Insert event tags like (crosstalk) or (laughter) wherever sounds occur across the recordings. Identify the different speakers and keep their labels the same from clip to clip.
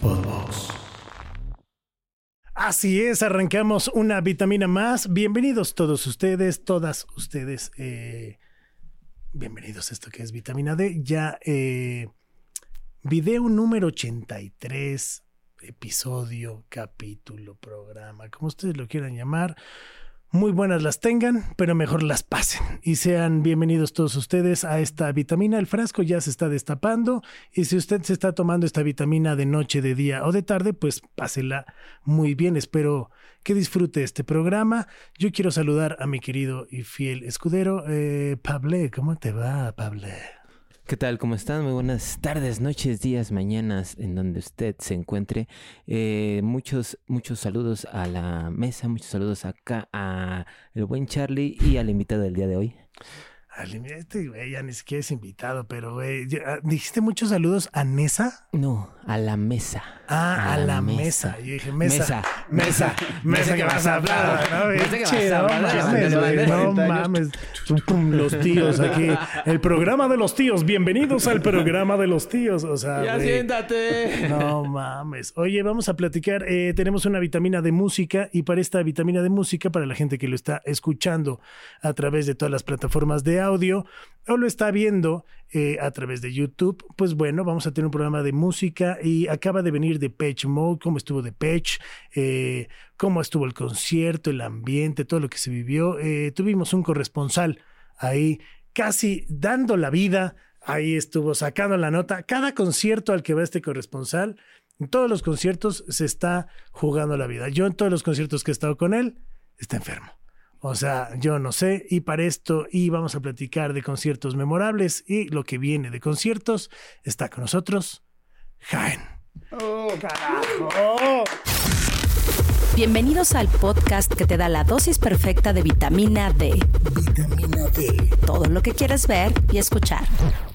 Speaker 1: Podbox.
Speaker 2: Así es, arrancamos una vitamina más. Bienvenidos todos ustedes, todas ustedes. eh, bienvenidos a esto que es vitamina D. Ya, eh, video número 83, episodio, capítulo, programa, como ustedes lo quieran llamar. Muy buenas las tengan, pero mejor las pasen. Y sean bienvenidos todos ustedes a esta vitamina. El frasco ya se está destapando. Y si usted se está tomando esta vitamina de noche, de día o de tarde, pues pásela muy bien. Espero que disfrute este programa. Yo quiero saludar a mi querido y fiel escudero, eh, Pablé. ¿Cómo te va, Pablé?
Speaker 3: ¿Qué tal? ¿Cómo están? Muy buenas tardes, noches, días, mañanas, en donde usted se encuentre. Eh, muchos, muchos saludos a la mesa, muchos saludos acá a el buen Charlie y al invitado del día de hoy.
Speaker 2: Ale, mira, Este güey ya ni siquiera es invitado, pero güey, ya- ah, dijiste muchos saludos a Nesa.
Speaker 3: No, a la mesa.
Speaker 2: Ah, a, la, mesa. Yo dije, mesa. Mesa, mesa que vas a hablar, ¿no?
Speaker 3: Mesa que vas
Speaker 2: Che,
Speaker 3: a
Speaker 2: no
Speaker 3: hablar.
Speaker 2: mames,
Speaker 3: Ándale,
Speaker 2: güey,
Speaker 3: ándale.
Speaker 2: no mames. Pum, pum, Los tíos aquí. El programa de los tíos. Bienvenidos al programa de los tíos. O sea,
Speaker 3: Ya
Speaker 2: güey, (laughs)
Speaker 3: siéntate. Eh,
Speaker 2: no mames. Oye, vamos a platicar. eh, tenemos una vitamina de música y para esta vitamina de música, para la gente que lo está escuchando a través de todas las plataformas de audio o lo está viendo eh, a través de YouTube, pues bueno, vamos a tener un programa de música y acaba de venir de Pech Mode, cómo estuvo de Pech, cómo estuvo el concierto, el ambiente, todo lo que se vivió. Eh, tuvimos un corresponsal ahí casi dando la vida. Ahí estuvo sacando la nota. Cada concierto al que va este corresponsal, en todos los conciertos se está jugando la vida. Yo en todos los conciertos que he estado con él, está enfermo. O sea, yo no sé. Y para esto, y vamos a platicar de conciertos memorables y lo que viene de conciertos, está con nosotros Jaén.
Speaker 4: Bienvenidos al podcast que te da la dosis perfecta de vitamina D. Vitamina D. Todo lo que quieres ver y escuchar.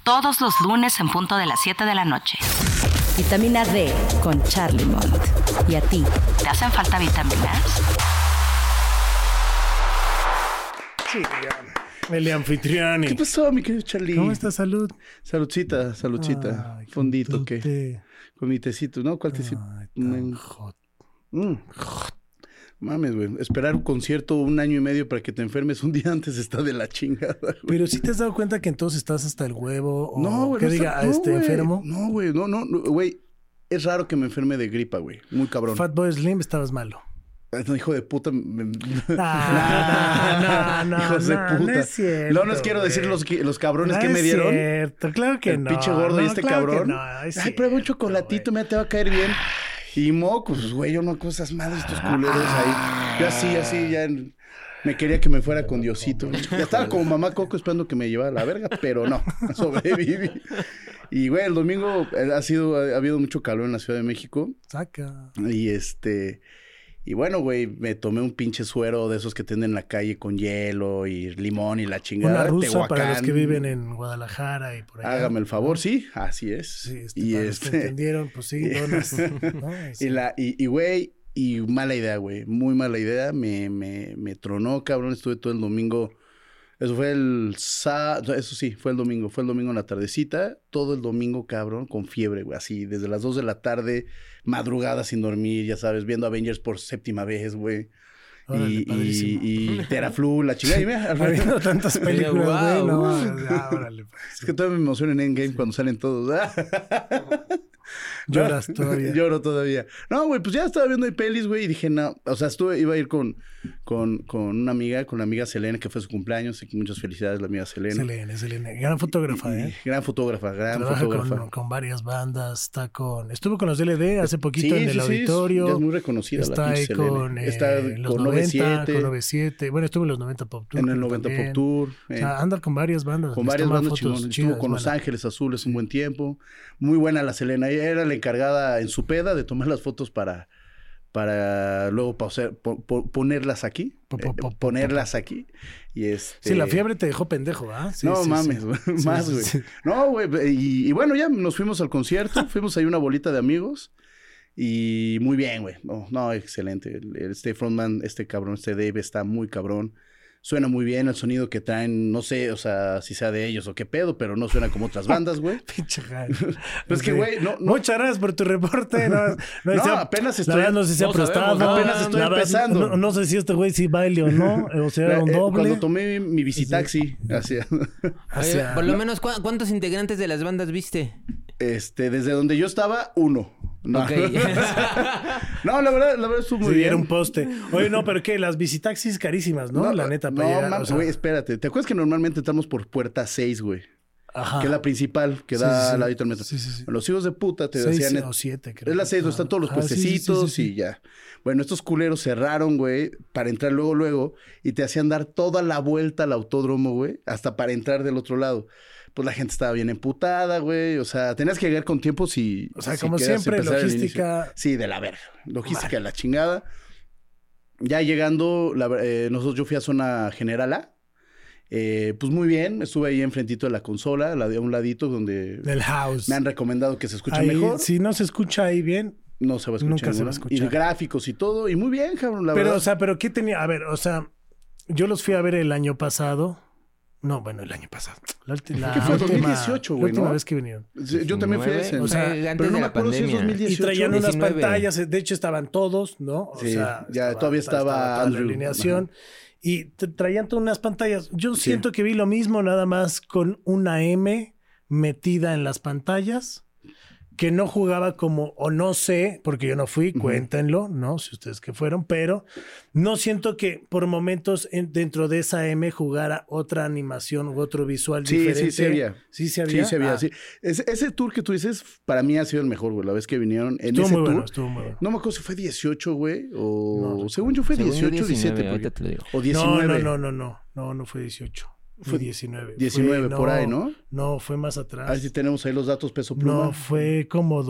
Speaker 4: Todos los lunes en punto de las 7 de la noche. Vitamina D con Charlie Mont. ¿Y a ti? ¿Te hacen falta vitaminas?
Speaker 2: El anfitrión.
Speaker 5: ¿Qué pasó, mi querido Charlie?
Speaker 2: ¿Cómo está salud?
Speaker 5: Saludcita, saludcita.
Speaker 2: Ay,
Speaker 5: Fondito,
Speaker 2: qué
Speaker 5: ¿qué? Con mi tecito, ¿no? ¿Cuál tecito?
Speaker 2: Ay,
Speaker 5: Mm,
Speaker 2: tan hot.
Speaker 5: mm. Mames, güey. Esperar un concierto un año y medio para que te enfermes un día antes está de la chingada, güey.
Speaker 2: Pero si te has dado cuenta que entonces estás hasta el huevo o
Speaker 5: No, güey.
Speaker 2: que
Speaker 5: no
Speaker 2: diga
Speaker 5: está-
Speaker 2: "Ah,
Speaker 5: no,
Speaker 2: este
Speaker 5: güey.
Speaker 2: enfermo.
Speaker 5: No, güey. No, no, no, güey. Es raro que me enferme de gripa, güey. Muy cabrón.
Speaker 2: Fatboy Slim estabas
Speaker 5: (laughs)
Speaker 2: malo.
Speaker 5: Ah, no, hijo de puta. me-
Speaker 2: (laughs) Ah, no, no,
Speaker 5: Hijos de
Speaker 2: no,
Speaker 5: puta.
Speaker 2: no es cierto,
Speaker 5: No les quiero
Speaker 2: güey.
Speaker 5: decir los, que- los cabrones
Speaker 2: No
Speaker 5: que me
Speaker 2: es
Speaker 5: dieron.
Speaker 2: cierto, claro que
Speaker 5: el
Speaker 2: no.
Speaker 5: pinche gordo y
Speaker 2: no,
Speaker 5: este
Speaker 2: claro que
Speaker 5: cabrón.
Speaker 2: no,
Speaker 5: Ay,
Speaker 2: es
Speaker 5: prueba un
Speaker 2: cierto,
Speaker 5: chocolatito,
Speaker 2: güey. Ah,
Speaker 5: mira, te va a caer bien. Y mocos, güey, yo no cosas madres estos culeros ahí. Yo así, así, ya en- me quería que me fuera con Diosito. Ya estaba como mamá Coco esperando que me llevara a la verga, pero no, (laughs) sobreviví. Y güey, el domingo eh, ha sido, ha habido mucho calor en la Ciudad de México.
Speaker 2: Saca.
Speaker 5: Y este. Y bueno, güey, me tomé un pinche suero de esos que tienen en la calle con hielo y limón y la
Speaker 2: Una
Speaker 5: chingada.
Speaker 2: rusa para los
Speaker 5: Tehuacán.
Speaker 2: que viven en Guadalajara y por allá.
Speaker 5: Hágame el favor, sí, así es.
Speaker 2: Ah. Sí, este,
Speaker 5: y
Speaker 2: para los que
Speaker 5: este.
Speaker 2: entendieron, pues
Speaker 5: (laughs)
Speaker 2: sí, donas. ¿no?
Speaker 5: Y
Speaker 2: Sí.
Speaker 5: la, y, y, güey, y mala idea, güey. Muy mala idea. Me, me, me tronó, cabrón. Estuve todo el domingo. Eso fue el sábado. Eso sí, fue el domingo. Fue el domingo en la tardecita. Todo el domingo, cabrón, con fiebre, güey. Así, desde las 2 de la tarde, madrugada sin dormir, ya sabes, viendo Avengers por séptima vez, güey.
Speaker 2: Órale,
Speaker 5: y, y,
Speaker 2: padrísimo.
Speaker 5: y Teraflu, la chingada. Y mira, al final-
Speaker 2: (laughs)
Speaker 5: (laughs)
Speaker 2: Habiendo tantas películas, güey,
Speaker 3: Wow.
Speaker 2: no mames, ya, órale, pues.
Speaker 5: es que todavía me emociona en Endgame cuando salen todos. (laughs)
Speaker 2: Lloras todavía.
Speaker 5: Lloro todavía. No, güey, pues ya estaba viendo ahí pelis, güey, y dije, no, o sea, estuve, iba a ir con, con, con una amiga, con la amiga Selena, que fue su cumpleaños, y muchas felicidades, la amiga Selena.
Speaker 2: Selena, Selena. Gran fotógrafa,
Speaker 5: Y-
Speaker 2: ¿eh?
Speaker 5: Gran fotógrafa, gran
Speaker 2: Trabaja
Speaker 5: fotógrafa.
Speaker 2: con, con varias bandas, está con... Estuvo con los DLD hace poquito
Speaker 5: Sí,
Speaker 2: en el
Speaker 5: sí, sí, es-
Speaker 2: auditorio.
Speaker 5: ya es muy reconocida la
Speaker 2: Está ahí
Speaker 5: pinche Selena.
Speaker 2: con, eh,
Speaker 5: Está
Speaker 2: los
Speaker 5: con
Speaker 2: 90,
Speaker 5: 97.
Speaker 2: con 97. Bueno, estuvo en los 90 Pop Tour.
Speaker 5: en el
Speaker 2: creo
Speaker 5: 90 Pop
Speaker 2: también.
Speaker 5: Tour.
Speaker 2: O
Speaker 5: eh,
Speaker 2: sea, anda con varias bandas.
Speaker 5: con
Speaker 2: les
Speaker 5: varias
Speaker 2: toma
Speaker 5: bandas
Speaker 2: fotos
Speaker 5: chingonas. Estuvo
Speaker 2: chidas,
Speaker 5: con Los
Speaker 2: bueno.
Speaker 5: Ángeles Azules un buen tiempo. Muy buena la Selena. Ella era la encargada en su peda de tomar las fotos para, para luego pausar- po- po- ponerlas aquí.
Speaker 2: Po- po-
Speaker 5: eh,
Speaker 2: po- po-
Speaker 5: ponerlas aquí. Y este...
Speaker 2: Sí, la fiebre te dejó pendejo, ¿ah? Sí,
Speaker 5: no
Speaker 2: sí, sí.
Speaker 5: mames, (laughs) güey,
Speaker 2: (laughs) Sí,
Speaker 5: más,
Speaker 2: sí,
Speaker 5: güey.
Speaker 2: sí.
Speaker 5: No, güey. Y, y bueno, ya nos fuimos
Speaker 2: (laughs)
Speaker 5: al concierto. fuimos ahí una bolita de amigos. Y muy bien, güey. No, no, excelente. El- Este frontman, este cabrón, este Dave está muy cabrón. suena muy bien el sonido que traen, no sé, o sea, si sea de ellos o qué pedo, pero no suena como otras
Speaker 2: (laughs)
Speaker 5: bandas, güey.
Speaker 2: Pinche Jai.
Speaker 5: (laughs) Pero es que, güey, no, no-
Speaker 2: Muchas gracias por tu reporte. No, no,
Speaker 5: No,
Speaker 2: sea-
Speaker 5: apenas
Speaker 2: La
Speaker 5: estoy-
Speaker 2: verdad no sé si se ha
Speaker 6: no
Speaker 2: prestado.
Speaker 6: sabemos,
Speaker 5: apenas estoy
Speaker 2: La verdad,
Speaker 5: empezando.
Speaker 2: No, no sé si este güey sí baile o no, o sea, un
Speaker 5: (laughs) Eh,
Speaker 2: doble.
Speaker 5: Cuando tomé mi, mi visitaxi, hacia,
Speaker 2: O sea,
Speaker 3: Oye, por lo menos, ¿cu- ¿cuántos integrantes de las bandas viste?
Speaker 5: (laughs) este, desde donde yo estaba, uno. No,
Speaker 3: Ok.
Speaker 5: (laughs) no la verdad, la verdad estuvo muy
Speaker 2: Sí,
Speaker 5: bien.
Speaker 2: era un poste. Oye, no, pero ¿qué? Las visitaxis carísimas, ¿no? la neta,
Speaker 5: No,
Speaker 2: para llegar,
Speaker 5: mames,
Speaker 2: o sea,
Speaker 5: güey, espérate. ¿Te acuerdas que normalmente estamos por puerta 6, güey?
Speaker 2: ajá.
Speaker 5: Que es la principal que
Speaker 2: Sí,
Speaker 5: da
Speaker 2: sí, sí.
Speaker 5: al ladito del metro.
Speaker 2: Sí, sí, sí.
Speaker 5: Los hijos de puta te
Speaker 2: Seis
Speaker 5: decían...
Speaker 2: o siete, creo.
Speaker 5: Es la 6, están todos los
Speaker 2: Ah, sí, sí, sí,
Speaker 5: puestecitos
Speaker 2: sí, sí.
Speaker 5: y ya. Bueno, estos culeros cerraron, güey, para entrar luego, luego, y te hacían dar toda la vuelta al autódromo, güey, hasta para entrar del otro lado. Pues la gente estaba bien emputada, güey. O sea, tenías que llegar con tiempo si.
Speaker 2: O sea,
Speaker 5: si
Speaker 2: como
Speaker 5: querías
Speaker 2: siempre,
Speaker 5: empezar el
Speaker 2: logística-
Speaker 5: inicio. Sí, de la verga. Logística de la chingada. Ya llegando, la ver- eh, nosotros yo fui a zona general A. Eh, pues muy bien, estuve ahí enfrentito de la consola, a la de- a un ladito donde
Speaker 2: Del house.
Speaker 5: me han recomendado que se escuche
Speaker 2: Ahí,
Speaker 5: mejor.
Speaker 2: Si no se escucha ahí bien.
Speaker 5: No se va a escuchar.
Speaker 2: Nunca se va a
Speaker 5: ¿no?
Speaker 2: escuchar.
Speaker 5: Y gráficos y todo. Y muy bien, cabrón, la
Speaker 2: pero,
Speaker 5: verdad.
Speaker 2: o sea, pero ¿qué tenía? A ver, o sea, yo los fui a ver el año pasado. No, bueno, el año pasado. La, ulti- la
Speaker 5: ¿Qué fue?
Speaker 2: última-
Speaker 5: 2018, güey,
Speaker 2: La última
Speaker 5: ¿no?
Speaker 2: vez que vinieron.
Speaker 5: Sí, yo también fui a ese.
Speaker 3: O sea, antes
Speaker 5: pero no
Speaker 3: de
Speaker 5: me
Speaker 3: la
Speaker 5: acuerdo si es
Speaker 3: pandemia.
Speaker 5: 2018.
Speaker 2: Y traían unas
Speaker 3: 19.
Speaker 2: pantallas, de hecho estaban todos, ¿no? O
Speaker 5: Sí,
Speaker 2: sea,
Speaker 5: ya todavía estaba
Speaker 2: toda la
Speaker 5: Andrew.
Speaker 2: alineación. Y tra- traían todas unas pantallas. Yo
Speaker 5: Sí.
Speaker 2: siento que vi lo mismo, nada más con una M metida en las pantallas, que no jugaba como, o no sé, porque yo no fui, cuéntenlo, ¿no? Si ustedes que fueron, pero no siento que por momentos en- dentro de esa M jugara otra animación u otro visual
Speaker 5: Sí, sí,
Speaker 2: diferente.
Speaker 5: sí había.
Speaker 2: Sí, se había.
Speaker 5: Sí, se había.
Speaker 2: Ah,
Speaker 5: sí. Ese, ese tour que tú dices, para mí ha sido el mejor, güey. La vez que vinieron en
Speaker 2: Estuvo
Speaker 5: ese
Speaker 2: muy
Speaker 5: tour.
Speaker 2: bueno, estuvo muy bueno.
Speaker 5: No me acuerdo si fue 18, güey. O
Speaker 2: No,
Speaker 5: según yo fue
Speaker 3: Según yo,
Speaker 5: 18, 17.
Speaker 3: 19, ahorita te lo digo.
Speaker 5: O
Speaker 2: No,
Speaker 5: 19.
Speaker 2: no, no, no, no, no, no fue 18. Fue
Speaker 5: Fue
Speaker 2: 19.
Speaker 5: 19,
Speaker 2: Fue-
Speaker 5: por ahí, ¿no?
Speaker 2: No, fue más
Speaker 5: A ver
Speaker 2: atrás.
Speaker 5: si tenemos ahí los datos peso pluma.
Speaker 2: no, fue como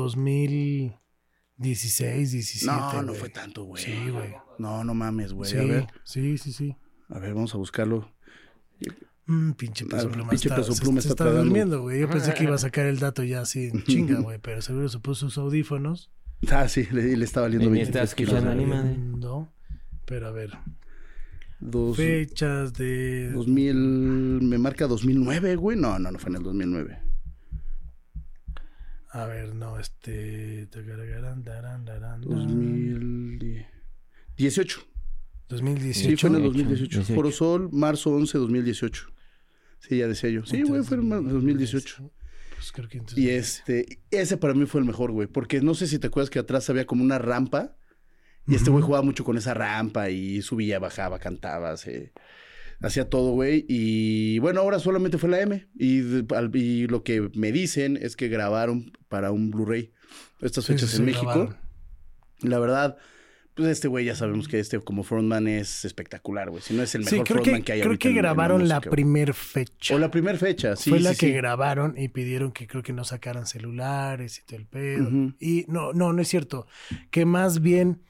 Speaker 2: 2016, 17.
Speaker 5: no, no
Speaker 2: güey.
Speaker 5: fue tanto, güey.
Speaker 2: Sí, güey.
Speaker 5: No, no mames, güey.
Speaker 2: Sí,
Speaker 5: A ver,
Speaker 2: sí, sí, sí.
Speaker 5: a ver, vamos a buscarlo. (laughs)
Speaker 2: Mm, pinche peso
Speaker 5: Ah,
Speaker 2: pluma.
Speaker 5: pinche
Speaker 2: está,
Speaker 5: Peso
Speaker 2: se-
Speaker 5: Pluma
Speaker 2: se,
Speaker 5: está
Speaker 2: está
Speaker 5: tratando.
Speaker 2: durmiendo, güey. Yo pensé
Speaker 5: (laughs)
Speaker 2: que iba a sacar el dato ya así en chinga, güey. Pero seguro se puso sus audífonos.
Speaker 5: Ah, sí, le, le está valiendo
Speaker 3: Y ni
Speaker 5: bien.
Speaker 3: está escuchando ni madre.
Speaker 2: No. Pero a ver.
Speaker 5: Dos,
Speaker 2: Fechas de.
Speaker 5: 2000, me marca 2009, güey. No, no, no fue en el 2009.
Speaker 2: A ver, no, este. tacaragaran, daran, daran, daran.
Speaker 5: 2018. Sí,
Speaker 2: 2018.
Speaker 5: fue en el
Speaker 3: 2018.
Speaker 5: 2018. Foro Sol, marzo 11, 2018. Sí, ya decía yo. Sí, güey, fue en mar- 2018.
Speaker 2: Pues creo que entonces-
Speaker 5: Y este, ese para mí fue el mejor, güey. Porque no sé si te acuerdas que atrás había como una rampa. Y este güey jugaba mucho con esa rampa y subía, bajaba, cantaba, se- hacía todo, güey. Y bueno, ahora solamente fue la M. Y, de- al- y lo que me dicen es que grabaron para un Blu-ray estas
Speaker 2: Sí, sí,
Speaker 5: fechas
Speaker 2: sí,
Speaker 5: en México.
Speaker 2: grabaron.
Speaker 5: La verdad, pues este güey ya sabemos que este como frontman es espectacular, güey. Si no es el mejor
Speaker 2: Sí, creo
Speaker 5: frontman
Speaker 2: que,
Speaker 5: que, hay
Speaker 2: creo
Speaker 5: ahorita
Speaker 2: que
Speaker 5: en- en
Speaker 2: grabaron la
Speaker 5: música, güey.
Speaker 2: primer fecha.
Speaker 5: O la primera fecha, sí.
Speaker 2: Fue
Speaker 5: sí,
Speaker 2: la
Speaker 5: sí.
Speaker 2: que grabaron y pidieron que creo que no sacaran celulares y todo el pedo.
Speaker 5: Ujú.
Speaker 2: Y no, no, no es cierto. Que más bien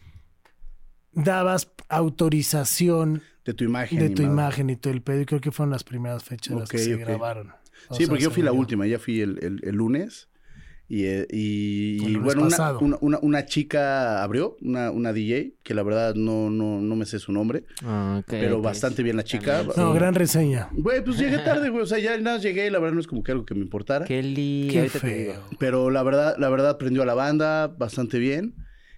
Speaker 2: dabas autorización
Speaker 5: De tu imagen.
Speaker 2: de
Speaker 5: ni
Speaker 2: tu
Speaker 5: madre.
Speaker 2: imagen y todo el pedo. Y creo que fueron las primeras fechas las que
Speaker 5: Ok,
Speaker 2: se
Speaker 5: ok.
Speaker 2: grabaron. O
Speaker 5: Sí,
Speaker 2: sea,
Speaker 5: porque yo fui la
Speaker 2: según
Speaker 5: última, ya fui el, el- el lunes. Y, eh, y-
Speaker 2: El
Speaker 5: y
Speaker 2: lunes
Speaker 5: bueno, una,
Speaker 2: pasado.
Speaker 5: una- una- una chica abrió, una, una DJ, que la verdad no, no, no me sé su nombre,
Speaker 3: Ah, ok,
Speaker 5: pero
Speaker 3: ok.
Speaker 5: bastante bien la chica.
Speaker 3: También,
Speaker 2: No,
Speaker 3: Sí.
Speaker 2: gran reseña.
Speaker 5: Güey, pues
Speaker 2: (laughs)
Speaker 5: llegué tarde, güey. O sea, ya nada, más llegué y la verdad no es como que algo que me importara.
Speaker 3: Kelly,
Speaker 2: Qué
Speaker 3: ahorita te digo.
Speaker 2: feo.
Speaker 5: Pero la verdad, la verdad prendió a la banda bastante bien.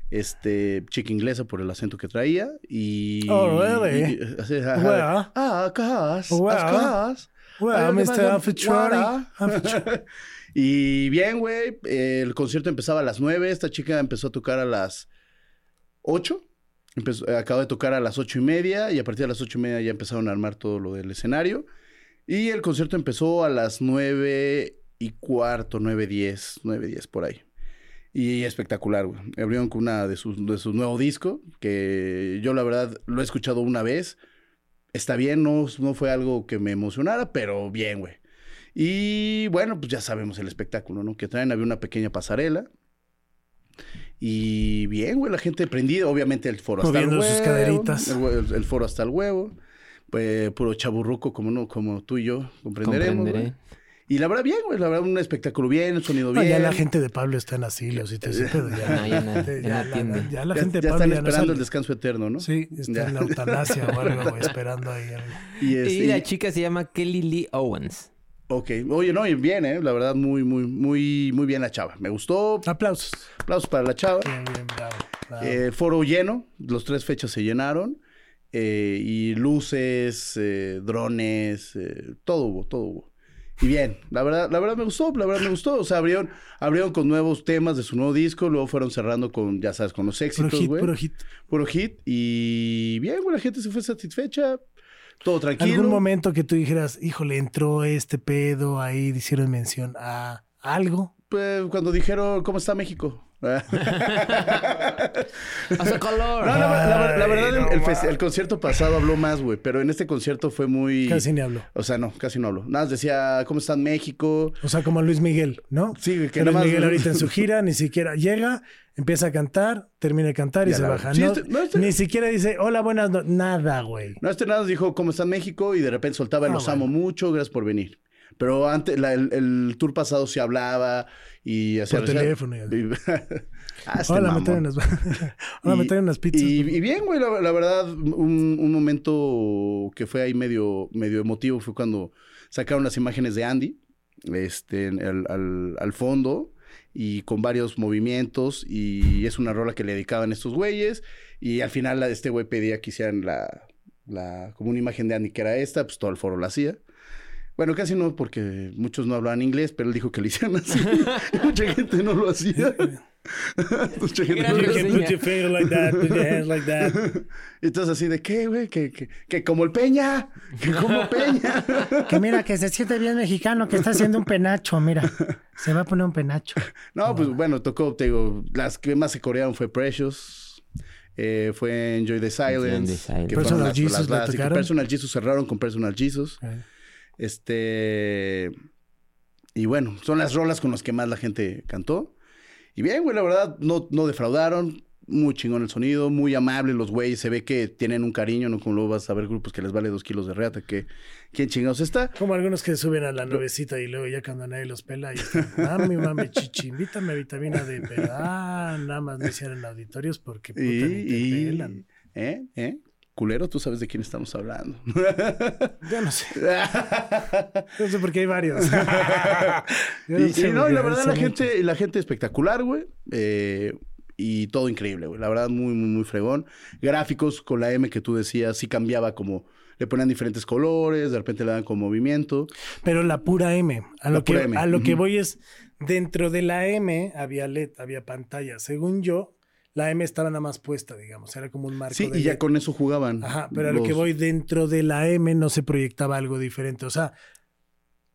Speaker 5: Este, chica inglesa por el acento que traía. Y.
Speaker 2: Oh, really?
Speaker 5: y- y- así, ajá.
Speaker 2: Well.
Speaker 5: Ah, cas,
Speaker 2: Well.
Speaker 5: cas.
Speaker 2: Bueno,
Speaker 5: Ay, ¿qué
Speaker 2: Mr.
Speaker 5: pasa?
Speaker 2: Afichuari.
Speaker 5: Guara. Y bien, güey. El concierto empezaba a las 9. Esta chica empezó a tocar a las 8. Empezó, eh, acabó de tocar a las ocho y media. Y a partir de las ocho y media ya empezaron a armar todo lo del escenario. Y el concierto empezó a las 9 y cuarto, 9, 10, 9, 10 por ahí. Y espectacular, güey. Abrieron con una de sus, de su nuevo disco, que yo la verdad lo he escuchado una vez. Está bien, no, no fue algo que me emocionara, pero bien, güey. Y bueno, pues ya sabemos el espectáculo, ¿no? Que traen, había una pequeña pasarela. Y bien, güey, la gente prendida, obviamente el foro hasta el
Speaker 2: Moviendo
Speaker 5: huevo.
Speaker 2: sus caderitas.
Speaker 5: El, hue- el foro hasta el huevo. Pues puro chaburruco como, no, como tú y yo comprenderemos. güey.
Speaker 3: Comprenderé.
Speaker 5: Y la verdad, bien, güey. La verdad, un espectáculo bien, el sonido
Speaker 7: No,
Speaker 5: bien.
Speaker 7: ya la gente de Pablo está en asilos y
Speaker 5: (laughs)
Speaker 7: todo ese pedo. Ya,
Speaker 3: No,
Speaker 2: (laughs)
Speaker 3: ya no- ya no
Speaker 7: la-
Speaker 3: atiende.
Speaker 7: ya la
Speaker 5: Ya-
Speaker 7: gente
Speaker 5: ya
Speaker 7: de Pablo
Speaker 5: están
Speaker 7: ya no
Speaker 5: esperando el
Speaker 7: sale.
Speaker 5: descanso eterno, ¿no?
Speaker 7: Sí, está
Speaker 5: Ya.
Speaker 7: en la eutanasia o
Speaker 5: (laughs)
Speaker 7: algo, güey, esperando ahí. algo.
Speaker 5: Y, este,
Speaker 3: Y la chica se llama Kelly Lee Owens.
Speaker 5: Ok. Oye, no, y bien, ¿eh? La verdad, muy, muy, muy, muy bien la chava. Me gustó.
Speaker 7: Aplausos.
Speaker 5: Aplausos para la chava.
Speaker 7: Bien, bien, bravo. bravo.
Speaker 5: Eh, el foro lleno, los tres fechas se llenaron. eh, y luces, eh, drones, eh, todo hubo, todo hubo. Y bien, la verdad, la verdad me gustó, la verdad me gustó. O sea, abrieron, abrieron con nuevos temas de su nuevo disco, luego fueron cerrando con, ya sabes, con los
Speaker 7: puro
Speaker 5: éxitos,
Speaker 7: hit,
Speaker 5: güey.
Speaker 7: puro hit.
Speaker 5: Puro hit. Y bien, güey, la gente se fue satisfecha. Todo tranquilo.
Speaker 7: ¿Algún momento que tú dijeras, híjole, entró este pedo ahí, hicieron mención a algo?
Speaker 5: Pues, cuando dijeron, ¿cómo está México? (laughs)
Speaker 3: Hace color.
Speaker 5: No, la, la- la verdad,
Speaker 7: Ay, no
Speaker 5: el, el fes- el concierto pasado habló más, güey, pero en este concierto fue muy...
Speaker 7: Casi ni hablo.
Speaker 5: O sea, no, casi no hablo. Nada, más decía, ¿cómo están México?
Speaker 7: O sea, como Luis Miguel, ¿no?
Speaker 5: Sí, que
Speaker 7: Luis
Speaker 5: nada más-
Speaker 7: Miguel
Speaker 5: (laughs)
Speaker 7: ahorita en su gira ni siquiera llega, empieza a cantar, termina de cantar y
Speaker 5: Ya
Speaker 7: se
Speaker 5: la-
Speaker 7: baja.
Speaker 5: Sí,
Speaker 7: no,
Speaker 5: este- no, este-
Speaker 7: Ni siquiera dice, hola, buenas no Nada, güey.
Speaker 5: No, este nada más dijo, ¿cómo están México? Y de repente soltaba,
Speaker 7: Ah,
Speaker 5: los
Speaker 7: bueno.
Speaker 5: amo mucho, gracias por venir. Pero antes, la- el, el tour pasado se hablaba y hacía...
Speaker 7: Por teléfono y así.
Speaker 5: y- (laughs) Ah, este
Speaker 7: hola,
Speaker 5: mamón.
Speaker 7: me traen unas, (laughs) hola, me traen unas pizzas.
Speaker 5: Y, y bien, güey, la, la verdad, un, un momento que fue ahí medio, medio emotivo fue cuando sacaron las imágenes de Andy este, en- al, al- al fondo y con varios movimientos y es una rola que le dedicaban estos güeyes y al final la- este güey pedía que hicieran la, la- como una imagen de Andy que era esta, pues todo el foro la hacía. Bueno, casi no, porque muchos no hablaban inglés, pero él dijo que lo hicieron así. (laughs) Y mucha gente no lo hacía. (laughs) mucha gente no
Speaker 3: Gran
Speaker 5: lo
Speaker 7: You (laughs)
Speaker 5: hacía.
Speaker 7: can put your finger like that, put your hands like that.
Speaker 5: Entonces así de qué, güey, que, que, que como el Peña, (laughs) que como (laughs) Peña.
Speaker 7: Que mira, que se siente bien mexicano, que está haciendo un penacho, mira. Se va a poner un penacho.
Speaker 5: No, pues bueno, tocó, te digo, las que más se corearon fue Precious, eh, fue Enjoy the
Speaker 3: Enjoy the
Speaker 5: Silence,
Speaker 3: Silence.
Speaker 5: que
Speaker 7: Personal
Speaker 5: fueron las-
Speaker 7: Jesus
Speaker 5: las
Speaker 7: la
Speaker 5: las- que
Speaker 7: tocaron.
Speaker 5: Personal Jesus cerraron con Personal Jesus. Este. Y bueno, son las rolas con las que más la gente cantó. Y bien, güey, la verdad, no, no defraudaron. Muy chingón el sonido, muy amable los güeyes. Se ve que tienen un cariño, ¿no? Como luego vas a ver grupos que les vale dos kilos de reata, que quién chingados está.
Speaker 7: Como algunos que suben a la nubecita y luego ya cuando nadie los pela y están, mami, mami, chichi, invítame a vitamina D. Pero, ah, nada más me hicieron auditorios porque puta
Speaker 5: Y,
Speaker 7: ni te
Speaker 5: y-
Speaker 7: pelan.
Speaker 5: ¿eh? ¿eh? Culero, tú sabes de quién estamos hablando.
Speaker 7: (laughs) Yo no sé. No sé porque
Speaker 5: (laughs)
Speaker 7: hay varios. Yo
Speaker 5: y,
Speaker 7: sé
Speaker 5: y no, y la
Speaker 7: porque
Speaker 5: verdad,
Speaker 7: son
Speaker 5: la
Speaker 7: muchos.
Speaker 5: gente, la gente espectacular, güey. Eh, y todo increíble, güey. La verdad, muy, muy, muy fregón. Gráficos con la M que tú decías, sí cambiaba como. Le ponían diferentes colores, de repente le daban con movimiento.
Speaker 7: Pero la pura M. A lo,
Speaker 5: La pura
Speaker 7: que,
Speaker 5: M,
Speaker 7: A lo que
Speaker 5: ujú.
Speaker 7: voy es, dentro de la M había LED, había pantalla. Según yo, la M estaba nada más puesta, digamos. Era como un marco
Speaker 5: sí,
Speaker 7: de
Speaker 5: y ya
Speaker 7: LED.
Speaker 5: con eso jugaban.
Speaker 7: Ajá, pero a lo que
Speaker 5: los-
Speaker 7: voy dentro de la M no se proyectaba algo diferente. O sea,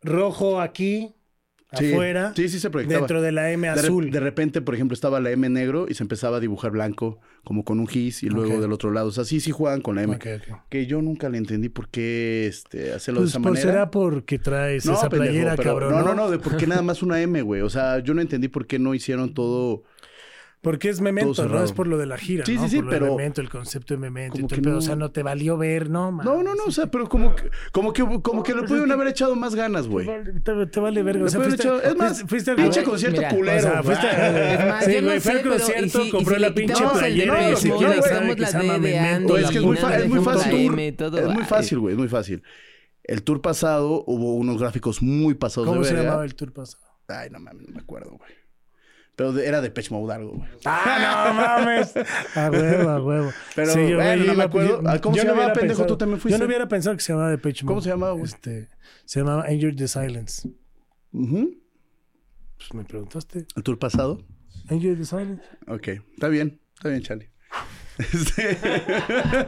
Speaker 7: rojo aquí,
Speaker 5: Sí,
Speaker 7: afuera,
Speaker 5: Sí, sí se proyectaba.
Speaker 7: dentro de la M
Speaker 5: De re-
Speaker 7: azul.
Speaker 5: De, repente, por ejemplo, estaba la M negro y se empezaba a dibujar blanco, como con un gis, y luego
Speaker 7: Ok.
Speaker 5: del otro lado. O sea, sí, sí jugaban con la M.
Speaker 7: Ok, ok.
Speaker 5: Que yo nunca le entendí por qué este, hacerlo
Speaker 7: Pues
Speaker 5: de esa
Speaker 7: por-
Speaker 5: manera.
Speaker 7: será porque traes
Speaker 5: No,
Speaker 7: esa
Speaker 5: pendejo,
Speaker 7: playera,
Speaker 5: pero-
Speaker 7: cabrón.
Speaker 5: No,
Speaker 7: No,
Speaker 5: no, no, de por qué nada más una M, güey. O sea, yo no entendí por qué no hicieron todo.
Speaker 7: Porque es
Speaker 5: Todo
Speaker 7: memento, ¿no?
Speaker 5: cerrado.
Speaker 7: Es por lo de la gira.
Speaker 5: Sí,
Speaker 7: ¿no?
Speaker 5: sí, sí,
Speaker 7: Por lo de
Speaker 5: pero-
Speaker 7: memento, el concepto de memento. y
Speaker 5: Como
Speaker 7: todo
Speaker 5: que
Speaker 7: el pedo.
Speaker 5: no-
Speaker 7: O sea, no te valió ver, ¿no? man?
Speaker 5: No, no, no, o sea, pero como que, como que, como que le
Speaker 7: Pues,
Speaker 5: pudieron haber echado más ganas, güey.
Speaker 7: Te, te vale verga. O sea,
Speaker 5: Le pudieron
Speaker 7: fuiste,
Speaker 5: echado- es más,
Speaker 7: fuiste- fuiste al
Speaker 5: pinche concierto
Speaker 7: concierto.
Speaker 3: Mira,
Speaker 5: culero.
Speaker 7: O sea,
Speaker 5: güey.
Speaker 7: fuiste-
Speaker 3: Es más,
Speaker 7: Sí,
Speaker 3: yo
Speaker 7: güey,
Speaker 3: no
Speaker 7: fue al
Speaker 3: sé, pero
Speaker 7: concierto,
Speaker 3: y si- y si
Speaker 7: compró
Speaker 3: le
Speaker 7: la pinche
Speaker 3: quitamos el
Speaker 7: playera
Speaker 5: de
Speaker 7: y se
Speaker 5: Memo,
Speaker 7: quiere
Speaker 5: le
Speaker 7: sabe
Speaker 5: dejamos
Speaker 7: que
Speaker 3: la
Speaker 7: se
Speaker 3: de-
Speaker 7: llama
Speaker 3: de
Speaker 7: Memento.
Speaker 5: O
Speaker 3: Andy,
Speaker 5: es que es
Speaker 3: la
Speaker 5: muy,
Speaker 3: una
Speaker 5: fa- es
Speaker 3: de
Speaker 5: muy
Speaker 3: ejemplo,
Speaker 5: fácil.
Speaker 3: la M, todo
Speaker 5: es muy
Speaker 3: vale.
Speaker 5: fácil, güey, es muy fácil. El tour pasado hubo unos gráficos muy pasados
Speaker 7: ¿Cómo
Speaker 5: de
Speaker 7: se
Speaker 5: verga.
Speaker 7: llamaba el tour pasado?
Speaker 5: Ay, no mames, no me acuerdo, güey. Pero de- era de Pech Mode algo, güey.
Speaker 7: ¡Ah, no mames! A huevo, a huevo.
Speaker 5: Pero, bueno,
Speaker 7: güey,
Speaker 5: no me
Speaker 7: iba-
Speaker 5: acuerdo. Ah, ¿cómo se
Speaker 7: no
Speaker 5: llamaba,
Speaker 7: hubiera
Speaker 5: pendejo? Tú también fuiste.
Speaker 7: Yo no hubiera pensado que se llamaba Depeche Mode.
Speaker 5: ¿Cómo se llamaba, güey?
Speaker 7: Este, se llamaba Enjoy the Silence.
Speaker 5: Ujú.
Speaker 7: Pues me preguntaste.
Speaker 5: El tour pasado.
Speaker 7: Enjoy the Silence.
Speaker 5: Ok, está bien, está bien, Charlie. Este,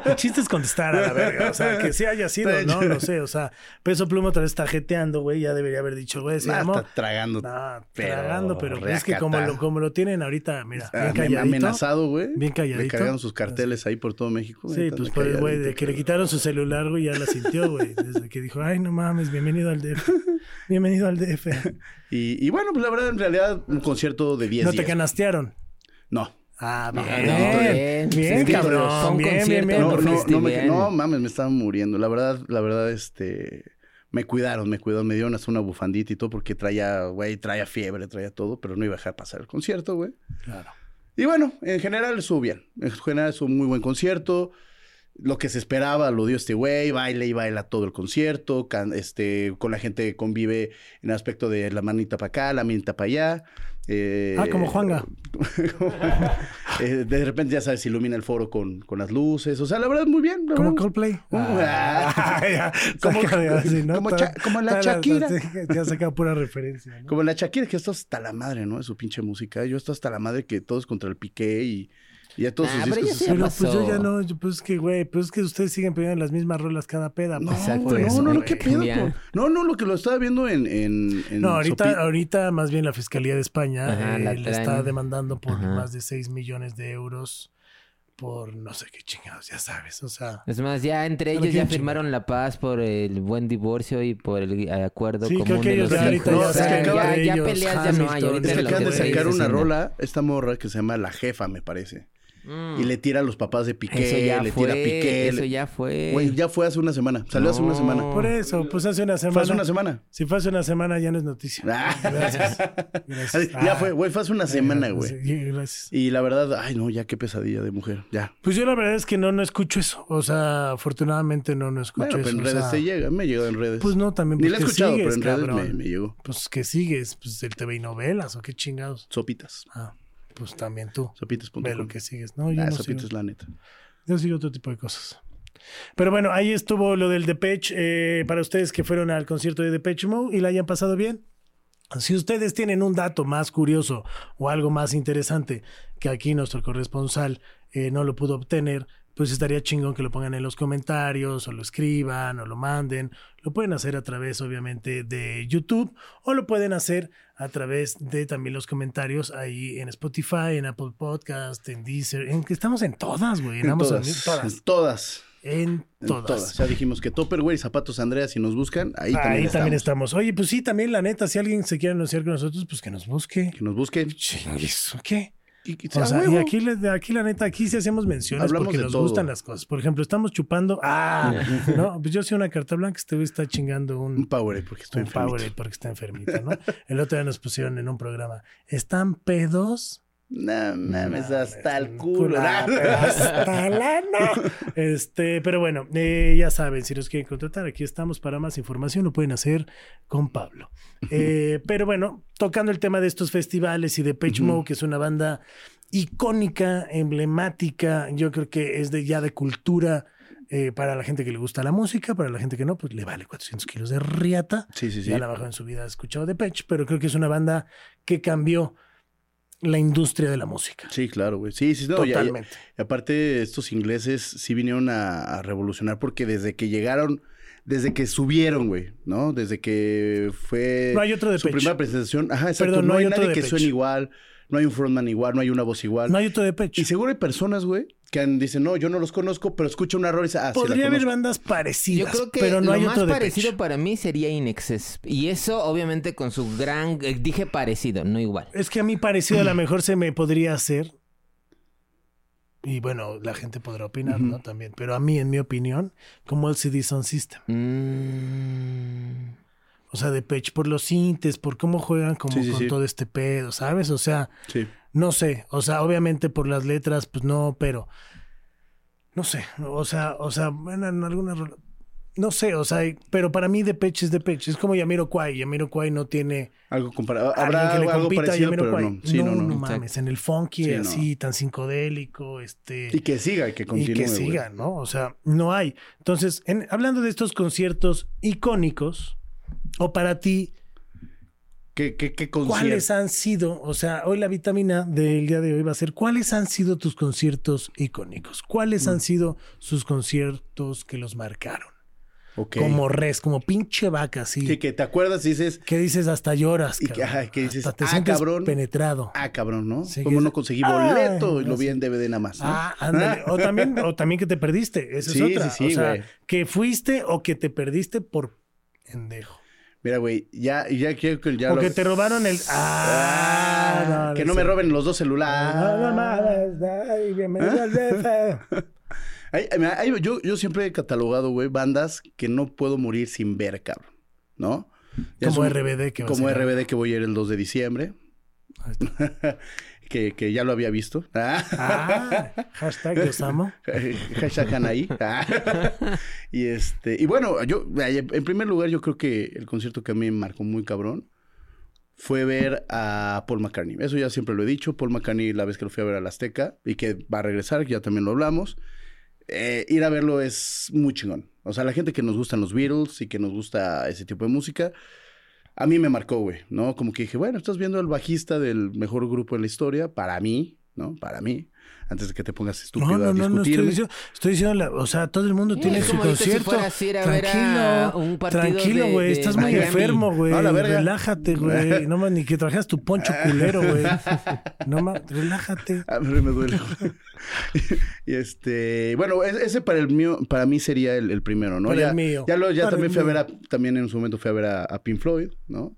Speaker 7: El chiste es contestar a la verga. O sea, que sí haya sido,
Speaker 5: Pues,
Speaker 7: ¿no? No sé. O sea, Peso Pluma otra vez está jeteando, güey. Ya debería haber dicho, güey, se
Speaker 5: nah,
Speaker 7: llamó.
Speaker 5: está tragando.
Speaker 7: No,
Speaker 5: pero
Speaker 7: tragando, pero es que
Speaker 5: reacata.
Speaker 7: como lo, como lo tienen ahorita, mira, bien
Speaker 5: Ah, me-
Speaker 7: calladito.
Speaker 5: amenazado, güey.
Speaker 7: Bien calladito.
Speaker 5: Le cargaron sus carteles ahí por todo México.
Speaker 7: Sí, pues por el güey, de que le quitaron su celular, güey, ya la sintió, güey. Desde que dijo, ay, no mames, bienvenido al DF. Bienvenido
Speaker 5: (laughs)
Speaker 7: al DF.
Speaker 5: Y, y bueno, pues la verdad, en realidad, un concierto de 10
Speaker 7: No te
Speaker 5: días.
Speaker 7: canastearon.
Speaker 5: No.
Speaker 7: Ah,
Speaker 3: bien.
Speaker 7: bien.
Speaker 3: Es
Speaker 7: Bien,
Speaker 3: que fue
Speaker 7: cabrón.
Speaker 3: un
Speaker 7: Bien, bien,
Speaker 3: concierto,
Speaker 7: bien.
Speaker 5: No,
Speaker 3: no
Speaker 5: no, no,
Speaker 3: fuiste
Speaker 5: me-
Speaker 3: bien.
Speaker 5: no, mames, me estaban muriendo. La verdad, la verdad, este... me cuidaron, me cuidaron, me dieron hasta una bufandita y todo porque traía, güey, traía fiebre, traía todo, pero no iba a dejar pasar el concierto, güey. Claro. Y bueno, en general estuvo bien. En general es un muy buen concierto. Lo que se esperaba lo dio este güey, baile y baila todo el concierto, can, este, con la gente convive en el aspecto de la manita para acá, la manita para allá. Eh,
Speaker 7: ah, como Juanga.
Speaker 5: (laughs) eh, de repente, ya sabes, ilumina el foro con, con, las luces. O sea, la verdad, muy bien.
Speaker 7: Como Coldplay. Uh, ah, (laughs)
Speaker 5: como, así, ¿no? como, ta, como, la ta, Shakira.
Speaker 7: Ta, ya saca pura referencia. ¿no?
Speaker 5: Como la Shakira, que esto hasta la madre, ¿no? De su pinche música. Yo esto hasta la madre que todos contra el piqué y... Y a todos nah, sus
Speaker 7: Ah, pero
Speaker 5: discos.
Speaker 7: Pero pasó. pues yo ya no, yo, pues que, güey, pues es que ustedes siguen pidiendo las mismas rolas cada peda.
Speaker 5: No, Exacto, eso, eh, no, no, no, qué pedo. Por... No, no, lo que lo estaba viendo en. en, en
Speaker 7: no, ahorita, Sopi... ahorita más bien la Fiscalía de España Ajá, eh, le está demandando por Ajá. más de 6 millones de euros por no sé qué chingados, ya sabes, o sea...
Speaker 3: Es más, ya entre ellos ya firmaron chingado? la paz por el buen divorcio y por el acuerdo sí, común creo que de ellos los
Speaker 7: ya,
Speaker 3: hijos. No,
Speaker 7: es que
Speaker 3: ya, ya ellos, peleas Hamilton, ya no hay.
Speaker 5: Es que acaban de sacar una rola, esta morra que se llama La Jefa, me parece. Mm. Y le tira a los papás de Piqué,
Speaker 3: eso ya
Speaker 5: le
Speaker 3: fue,
Speaker 5: tira a Piqué.
Speaker 3: Eso ya fue.
Speaker 5: Güey, ya fue hace una semana. Salió no. hace una semana.
Speaker 7: Por eso, pues hace una semana.
Speaker 5: Fue hace una semana.
Speaker 7: Si fue hace una semana, ya no es noticia. Ah. Gracias.
Speaker 5: gracias. (laughs) Ya ah. fue, güey, fue hace una semana, güey. Gracias. Y la verdad, ay, no, ya qué pesadilla de mujer. Ya.
Speaker 7: Pues yo la verdad es que no, no escucho eso. O sea, afortunadamente no, no escucho bueno,
Speaker 5: pero
Speaker 7: eso.
Speaker 5: en redes o sea, te llega, me llegó en redes.
Speaker 7: Pues no, también.
Speaker 5: Ni la he escuchado, sigues, pero en redes me, me, llegó.
Speaker 7: Pues que sigues, pues el TV y novelas o qué chingados.
Speaker 5: Sopitas.
Speaker 7: Ah. Pues también tú.
Speaker 5: Sopitas.com.
Speaker 7: Ve lo que sigues. No, yo
Speaker 5: Ah,
Speaker 7: no
Speaker 5: Sopitas,
Speaker 7: sigo.
Speaker 5: la neta.
Speaker 7: Yo sigo otro tipo de cosas. Pero bueno, ahí estuvo lo del Depeche eh, para ustedes que fueron al concierto de Depeche Mode y la hayan pasado bien. Si ustedes tienen un dato más curioso o algo más interesante que aquí nuestro corresponsal eh, no lo pudo obtener, pues estaría chingón que lo pongan en los comentarios o lo escriban o lo manden. Lo pueden hacer a través, obviamente, de YouTube o lo pueden hacer a través de también los comentarios ahí en Spotify, en Apple Podcast, en Deezer, en que estamos en todas, güey.
Speaker 5: En, en todas, todas. En todas.
Speaker 7: En todas. en todas.
Speaker 5: Ya dijimos que Topperware y Zapatos Andrea, si nos buscan, ahí, también,
Speaker 7: ahí
Speaker 5: estamos.
Speaker 7: también estamos. Oye, pues sí, también la neta, si alguien se quiere anunciar con nosotros, pues que nos busque.
Speaker 5: Que nos busquen.
Speaker 7: Chingues, ¿qué? Y, y, o sea, y aquí, aquí, la neta, aquí sí hacemos menciones
Speaker 5: Hablamos
Speaker 7: porque nos
Speaker 5: todo.
Speaker 7: gustan las cosas. Por ejemplo, estamos chupando. (laughs) ¡Ah! no, pues yo soy una carta blanca, este güey está chingando un.
Speaker 5: Un Powerade porque estoy
Speaker 7: un Powerade porque está enfermita, ¿no? El otro día nos pusieron en un programa. ¿Están pedos?
Speaker 5: No mames, no, hasta el culo. (laughs)
Speaker 7: Ah, pero hasta la no. Este, pero bueno, eh, ya saben, si nos quieren contratar, aquí estamos para más información, lo pueden hacer con Pablo. Eh, pero bueno, tocando el tema de estos festivales y de Pech uh -huh. Mode, que es una banda icónica, emblemática, yo creo que es de ya de cultura. Eh, para la gente que le gusta la música, para la gente que no, pues le vale 400 kilos de riata.
Speaker 5: Sí, sí, sí.
Speaker 7: Ya la bajó en su vida, ha escuchado de Pech, pero creo que es una banda que cambió la industria de la música.
Speaker 5: Sí, claro, güey. Sí, sí, no,
Speaker 7: totalmente.
Speaker 5: Y, y, y aparte, estos ingleses sí vinieron a, a, revolucionar porque desde que llegaron, desde que subieron, güey, ¿no? Desde que fue
Speaker 7: no hay otro de
Speaker 5: su
Speaker 7: Pech.
Speaker 5: primera presentación. Ajá, exacto. Perdón, no, no, hay, hay nadie que Pech. suene igual, no hay un frontman igual, no hay una voz igual.
Speaker 7: No hay otro de pecho.
Speaker 5: Y seguro hay personas, güey, que han, dicen, no, yo no los conozco, pero escucho una error y dice, ah,
Speaker 7: Podría
Speaker 5: sí la
Speaker 7: haber
Speaker 5: conozco.
Speaker 7: bandas parecidas,
Speaker 3: Yo creo que
Speaker 7: pero no
Speaker 3: lo
Speaker 7: hay
Speaker 3: más
Speaker 7: otro de
Speaker 3: parecido
Speaker 7: Pech.
Speaker 3: para mí sería Inexes. Y eso, obviamente, con su gran. eh, Dije parecido, no igual.
Speaker 7: Es que a mí
Speaker 5: Mm.
Speaker 7: parecido a lo mejor se me podría hacer. Y bueno, la gente podrá opinar, ¿no? También. Pero a mí, en mi opinión, como el CD Sound System.
Speaker 3: Mm.
Speaker 7: O sea, de Pech por los sintes, por cómo juegan como
Speaker 5: Sí, sí,
Speaker 7: con
Speaker 5: sí.
Speaker 7: todo este pedo, ¿sabes? O sea,
Speaker 5: Sí.
Speaker 7: no sé. O sea, obviamente por las letras, pues no, pero no sé. O sea, o sea, bueno, en alguna rola- no sé, o sea, y- pero para mí Depeche es Depeche. Es como Yamiro Kwai. Yamiro Kwai no tiene
Speaker 5: Algo comparado.
Speaker 7: alguien
Speaker 5: Habrá
Speaker 7: que le
Speaker 5: algo, algo
Speaker 7: compita a
Speaker 5: parecido,
Speaker 7: Yamiro
Speaker 5: pero
Speaker 7: Kwai.
Speaker 5: no. Sí, no, no.
Speaker 7: mames. En el funky,
Speaker 5: Sí, no.
Speaker 7: así, tan psicodélico, este
Speaker 5: Y que siga, que continúe,
Speaker 7: y que
Speaker 5: güey.
Speaker 7: siga, ¿no? O sea, no hay. Entonces, en- hablando de estos conciertos icónicos, o para ti,
Speaker 5: ¿Qué, qué, qué concierto?
Speaker 7: ¿cuáles han sido? O sea, hoy la vitamina del día de hoy va a ser, ¿cuáles han sido tus conciertos icónicos? ¿Cuáles
Speaker 5: Mm.
Speaker 7: han sido sus conciertos que los marcaron?
Speaker 5: Ok.
Speaker 7: Como res, como pinche vaca, así.
Speaker 5: Que, que te acuerdas y dices,
Speaker 7: que dices hasta lloras,
Speaker 5: Y que-
Speaker 7: cabrón.
Speaker 5: ajá, que dices,
Speaker 7: hasta te
Speaker 5: "Ah,
Speaker 7: sientes
Speaker 5: cabrón".
Speaker 7: penetrado.
Speaker 5: ah, cabrón, ¿no?
Speaker 7: Sí,
Speaker 5: ¿Cómo
Speaker 7: que-
Speaker 5: no conseguí
Speaker 7: Ay,
Speaker 5: boleto? y
Speaker 7: no
Speaker 5: lo vi
Speaker 7: sé.
Speaker 5: en DVD nada más. ¿no?
Speaker 7: Ah,
Speaker 5: (laughs)
Speaker 7: ándale. O también, o también que te perdiste. Esa
Speaker 5: Sí,
Speaker 7: es otra.
Speaker 5: sí, sí,
Speaker 7: o sea,
Speaker 5: güey.
Speaker 7: que fuiste o que te perdiste por pendejo.
Speaker 5: Mira, güey, ya, ya quiero que ya
Speaker 7: o
Speaker 5: lo-
Speaker 7: que te robaron el. Ah,
Speaker 5: Ah, que no
Speaker 7: sé.
Speaker 5: me roben los dos celulares.
Speaker 7: Ah, no mames. Ay,
Speaker 5: ¿Ah?
Speaker 7: bienvenido al DF.
Speaker 5: Ay, ay, mira, ay, yo, yo siempre he catalogado, güey, bandas que no puedo morir sin ver, cabrón. ¿no?
Speaker 7: Ya como es un- RBD que va a
Speaker 5: Como
Speaker 7: ser.
Speaker 5: RBD que voy a ir el 2 de diciembre.
Speaker 7: Ahí está.
Speaker 5: (laughs) que, que ya lo había visto. (laughs)
Speaker 7: Ah, hashtag los amo.
Speaker 5: Hashtag Anaí. Ah. (laughs) y este, y bueno, yo en primer lugar, yo creo que el concierto que a mí me marcó muy cabrón fue ver a Paul McCartney. Eso ya siempre lo he dicho. Paul McCartney, la vez que lo fui a ver al Azteca y que va a regresar, que ya también lo hablamos. eh, ir a verlo es muy chingón. O sea, la gente que nos gustan los Beatles y que nos gusta ese tipo de música, a mí me marcó, güey, ¿no? Como que dije, bueno, estás viendo al bajista del mejor grupo de la historia, para mí, ¿no? Para mí. Antes de que te pongas
Speaker 7: No,
Speaker 5: estúpido
Speaker 7: no,
Speaker 5: a ¿eh?
Speaker 7: no, no, estoy
Speaker 5: discutirme.
Speaker 7: diciendo, estoy diciendo la- o sea, todo el mundo
Speaker 3: Sí,
Speaker 7: tiene
Speaker 3: es
Speaker 7: su
Speaker 3: como dices, si
Speaker 7: concierto.
Speaker 3: fueras a ir a ver a un partido
Speaker 7: tranquilo,
Speaker 3: de-
Speaker 7: güey,
Speaker 3: de
Speaker 7: estás muy
Speaker 3: Miami.
Speaker 7: enfermo, güey.
Speaker 5: No, la verga.
Speaker 7: relájate,
Speaker 5: (laughs)
Speaker 7: güey. No más ni que trajeras tu poncho culero, güey. No más, relájate.
Speaker 5: A ver, me duele. (laughs) y este, bueno, es- ese para el mío, para mí sería el, el primero, ¿no?
Speaker 7: Para
Speaker 5: ya,
Speaker 7: el mío.
Speaker 5: Ya, lo- ya
Speaker 7: Para
Speaker 5: también
Speaker 7: el
Speaker 5: fui a ver
Speaker 7: mío.
Speaker 5: a, también en su momento fui a ver a, a Pink Floyd, ¿no?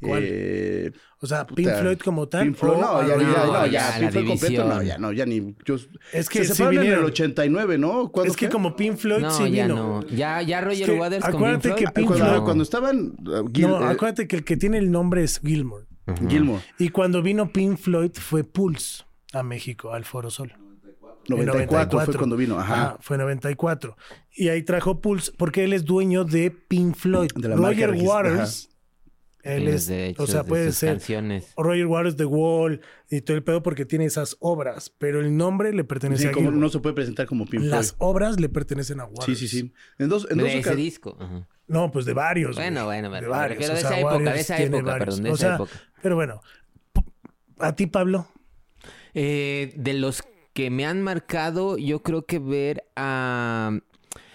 Speaker 7: ¿Cuál?
Speaker 5: Eh,
Speaker 7: O sea,
Speaker 5: puta,
Speaker 7: Pink Floyd como tal. Oh,
Speaker 5: Pink Floyd,
Speaker 7: o
Speaker 5: no, ya,
Speaker 7: algo
Speaker 5: ya,
Speaker 7: igual.
Speaker 5: no,
Speaker 3: no,
Speaker 5: ya,
Speaker 3: ya,
Speaker 5: Pink
Speaker 3: la
Speaker 5: Floyd completo,
Speaker 3: división.
Speaker 5: no, ya, no, ya ni, yo-
Speaker 7: Es que
Speaker 5: se
Speaker 7: si
Speaker 5: separaron en
Speaker 7: vinieron-
Speaker 5: el 89, ¿no? ¿Cuándo
Speaker 7: Es que
Speaker 5: fue?
Speaker 7: como Pink Floyd
Speaker 3: No,
Speaker 7: sí
Speaker 3: ya
Speaker 7: vino.
Speaker 3: no. Ya, ya Roger
Speaker 7: que
Speaker 3: Waters con
Speaker 7: acuérdate
Speaker 3: Pink
Speaker 7: que
Speaker 3: Floyd,
Speaker 7: Pink
Speaker 3: no.
Speaker 5: cuando,
Speaker 7: Floyd-
Speaker 5: cuando estaban uh, Gil-
Speaker 7: No,
Speaker 5: eh,
Speaker 7: acuérdate que el que tiene el nombre es Gilmore.
Speaker 5: Gilmour,
Speaker 7: Y cuando vino Pink Floyd fue Pulse a México, al Foro Sol.
Speaker 5: 94, fue cuando vino, ajá.
Speaker 7: Ah, fue 94. Y ahí trajo Pulse porque él es dueño de Pink Floyd.
Speaker 5: De la marca
Speaker 7: Roger
Speaker 5: regis-
Speaker 7: Waters. Él
Speaker 3: Los
Speaker 7: es, o
Speaker 3: derechos
Speaker 7: sea,
Speaker 3: de
Speaker 7: puede
Speaker 3: sus
Speaker 7: ser
Speaker 3: Canciones.
Speaker 7: Roger Waters The Wall y todo el pedo porque tiene esas obras, pero el nombre le pertenece
Speaker 5: Sí,
Speaker 7: a
Speaker 5: como
Speaker 7: Gilmour.
Speaker 5: no se puede presentar como Pink Floyd.
Speaker 7: Las obras le pertenecen a Waters.
Speaker 5: Sí, sí, sí. En dos, en dos
Speaker 3: De ese
Speaker 5: oca-
Speaker 3: disco. ajá.
Speaker 7: No, pues de varios.
Speaker 3: Bueno,
Speaker 7: güey.
Speaker 3: bueno, me- me refiero de esa época,
Speaker 7: Warriors
Speaker 3: de esa
Speaker 7: tiene
Speaker 3: época, perdón, de
Speaker 7: O
Speaker 3: esa
Speaker 7: sea,
Speaker 3: época.
Speaker 7: Pero bueno, p- a ti, Pablo,
Speaker 3: Eh, de los que me han marcado, yo creo que ver a...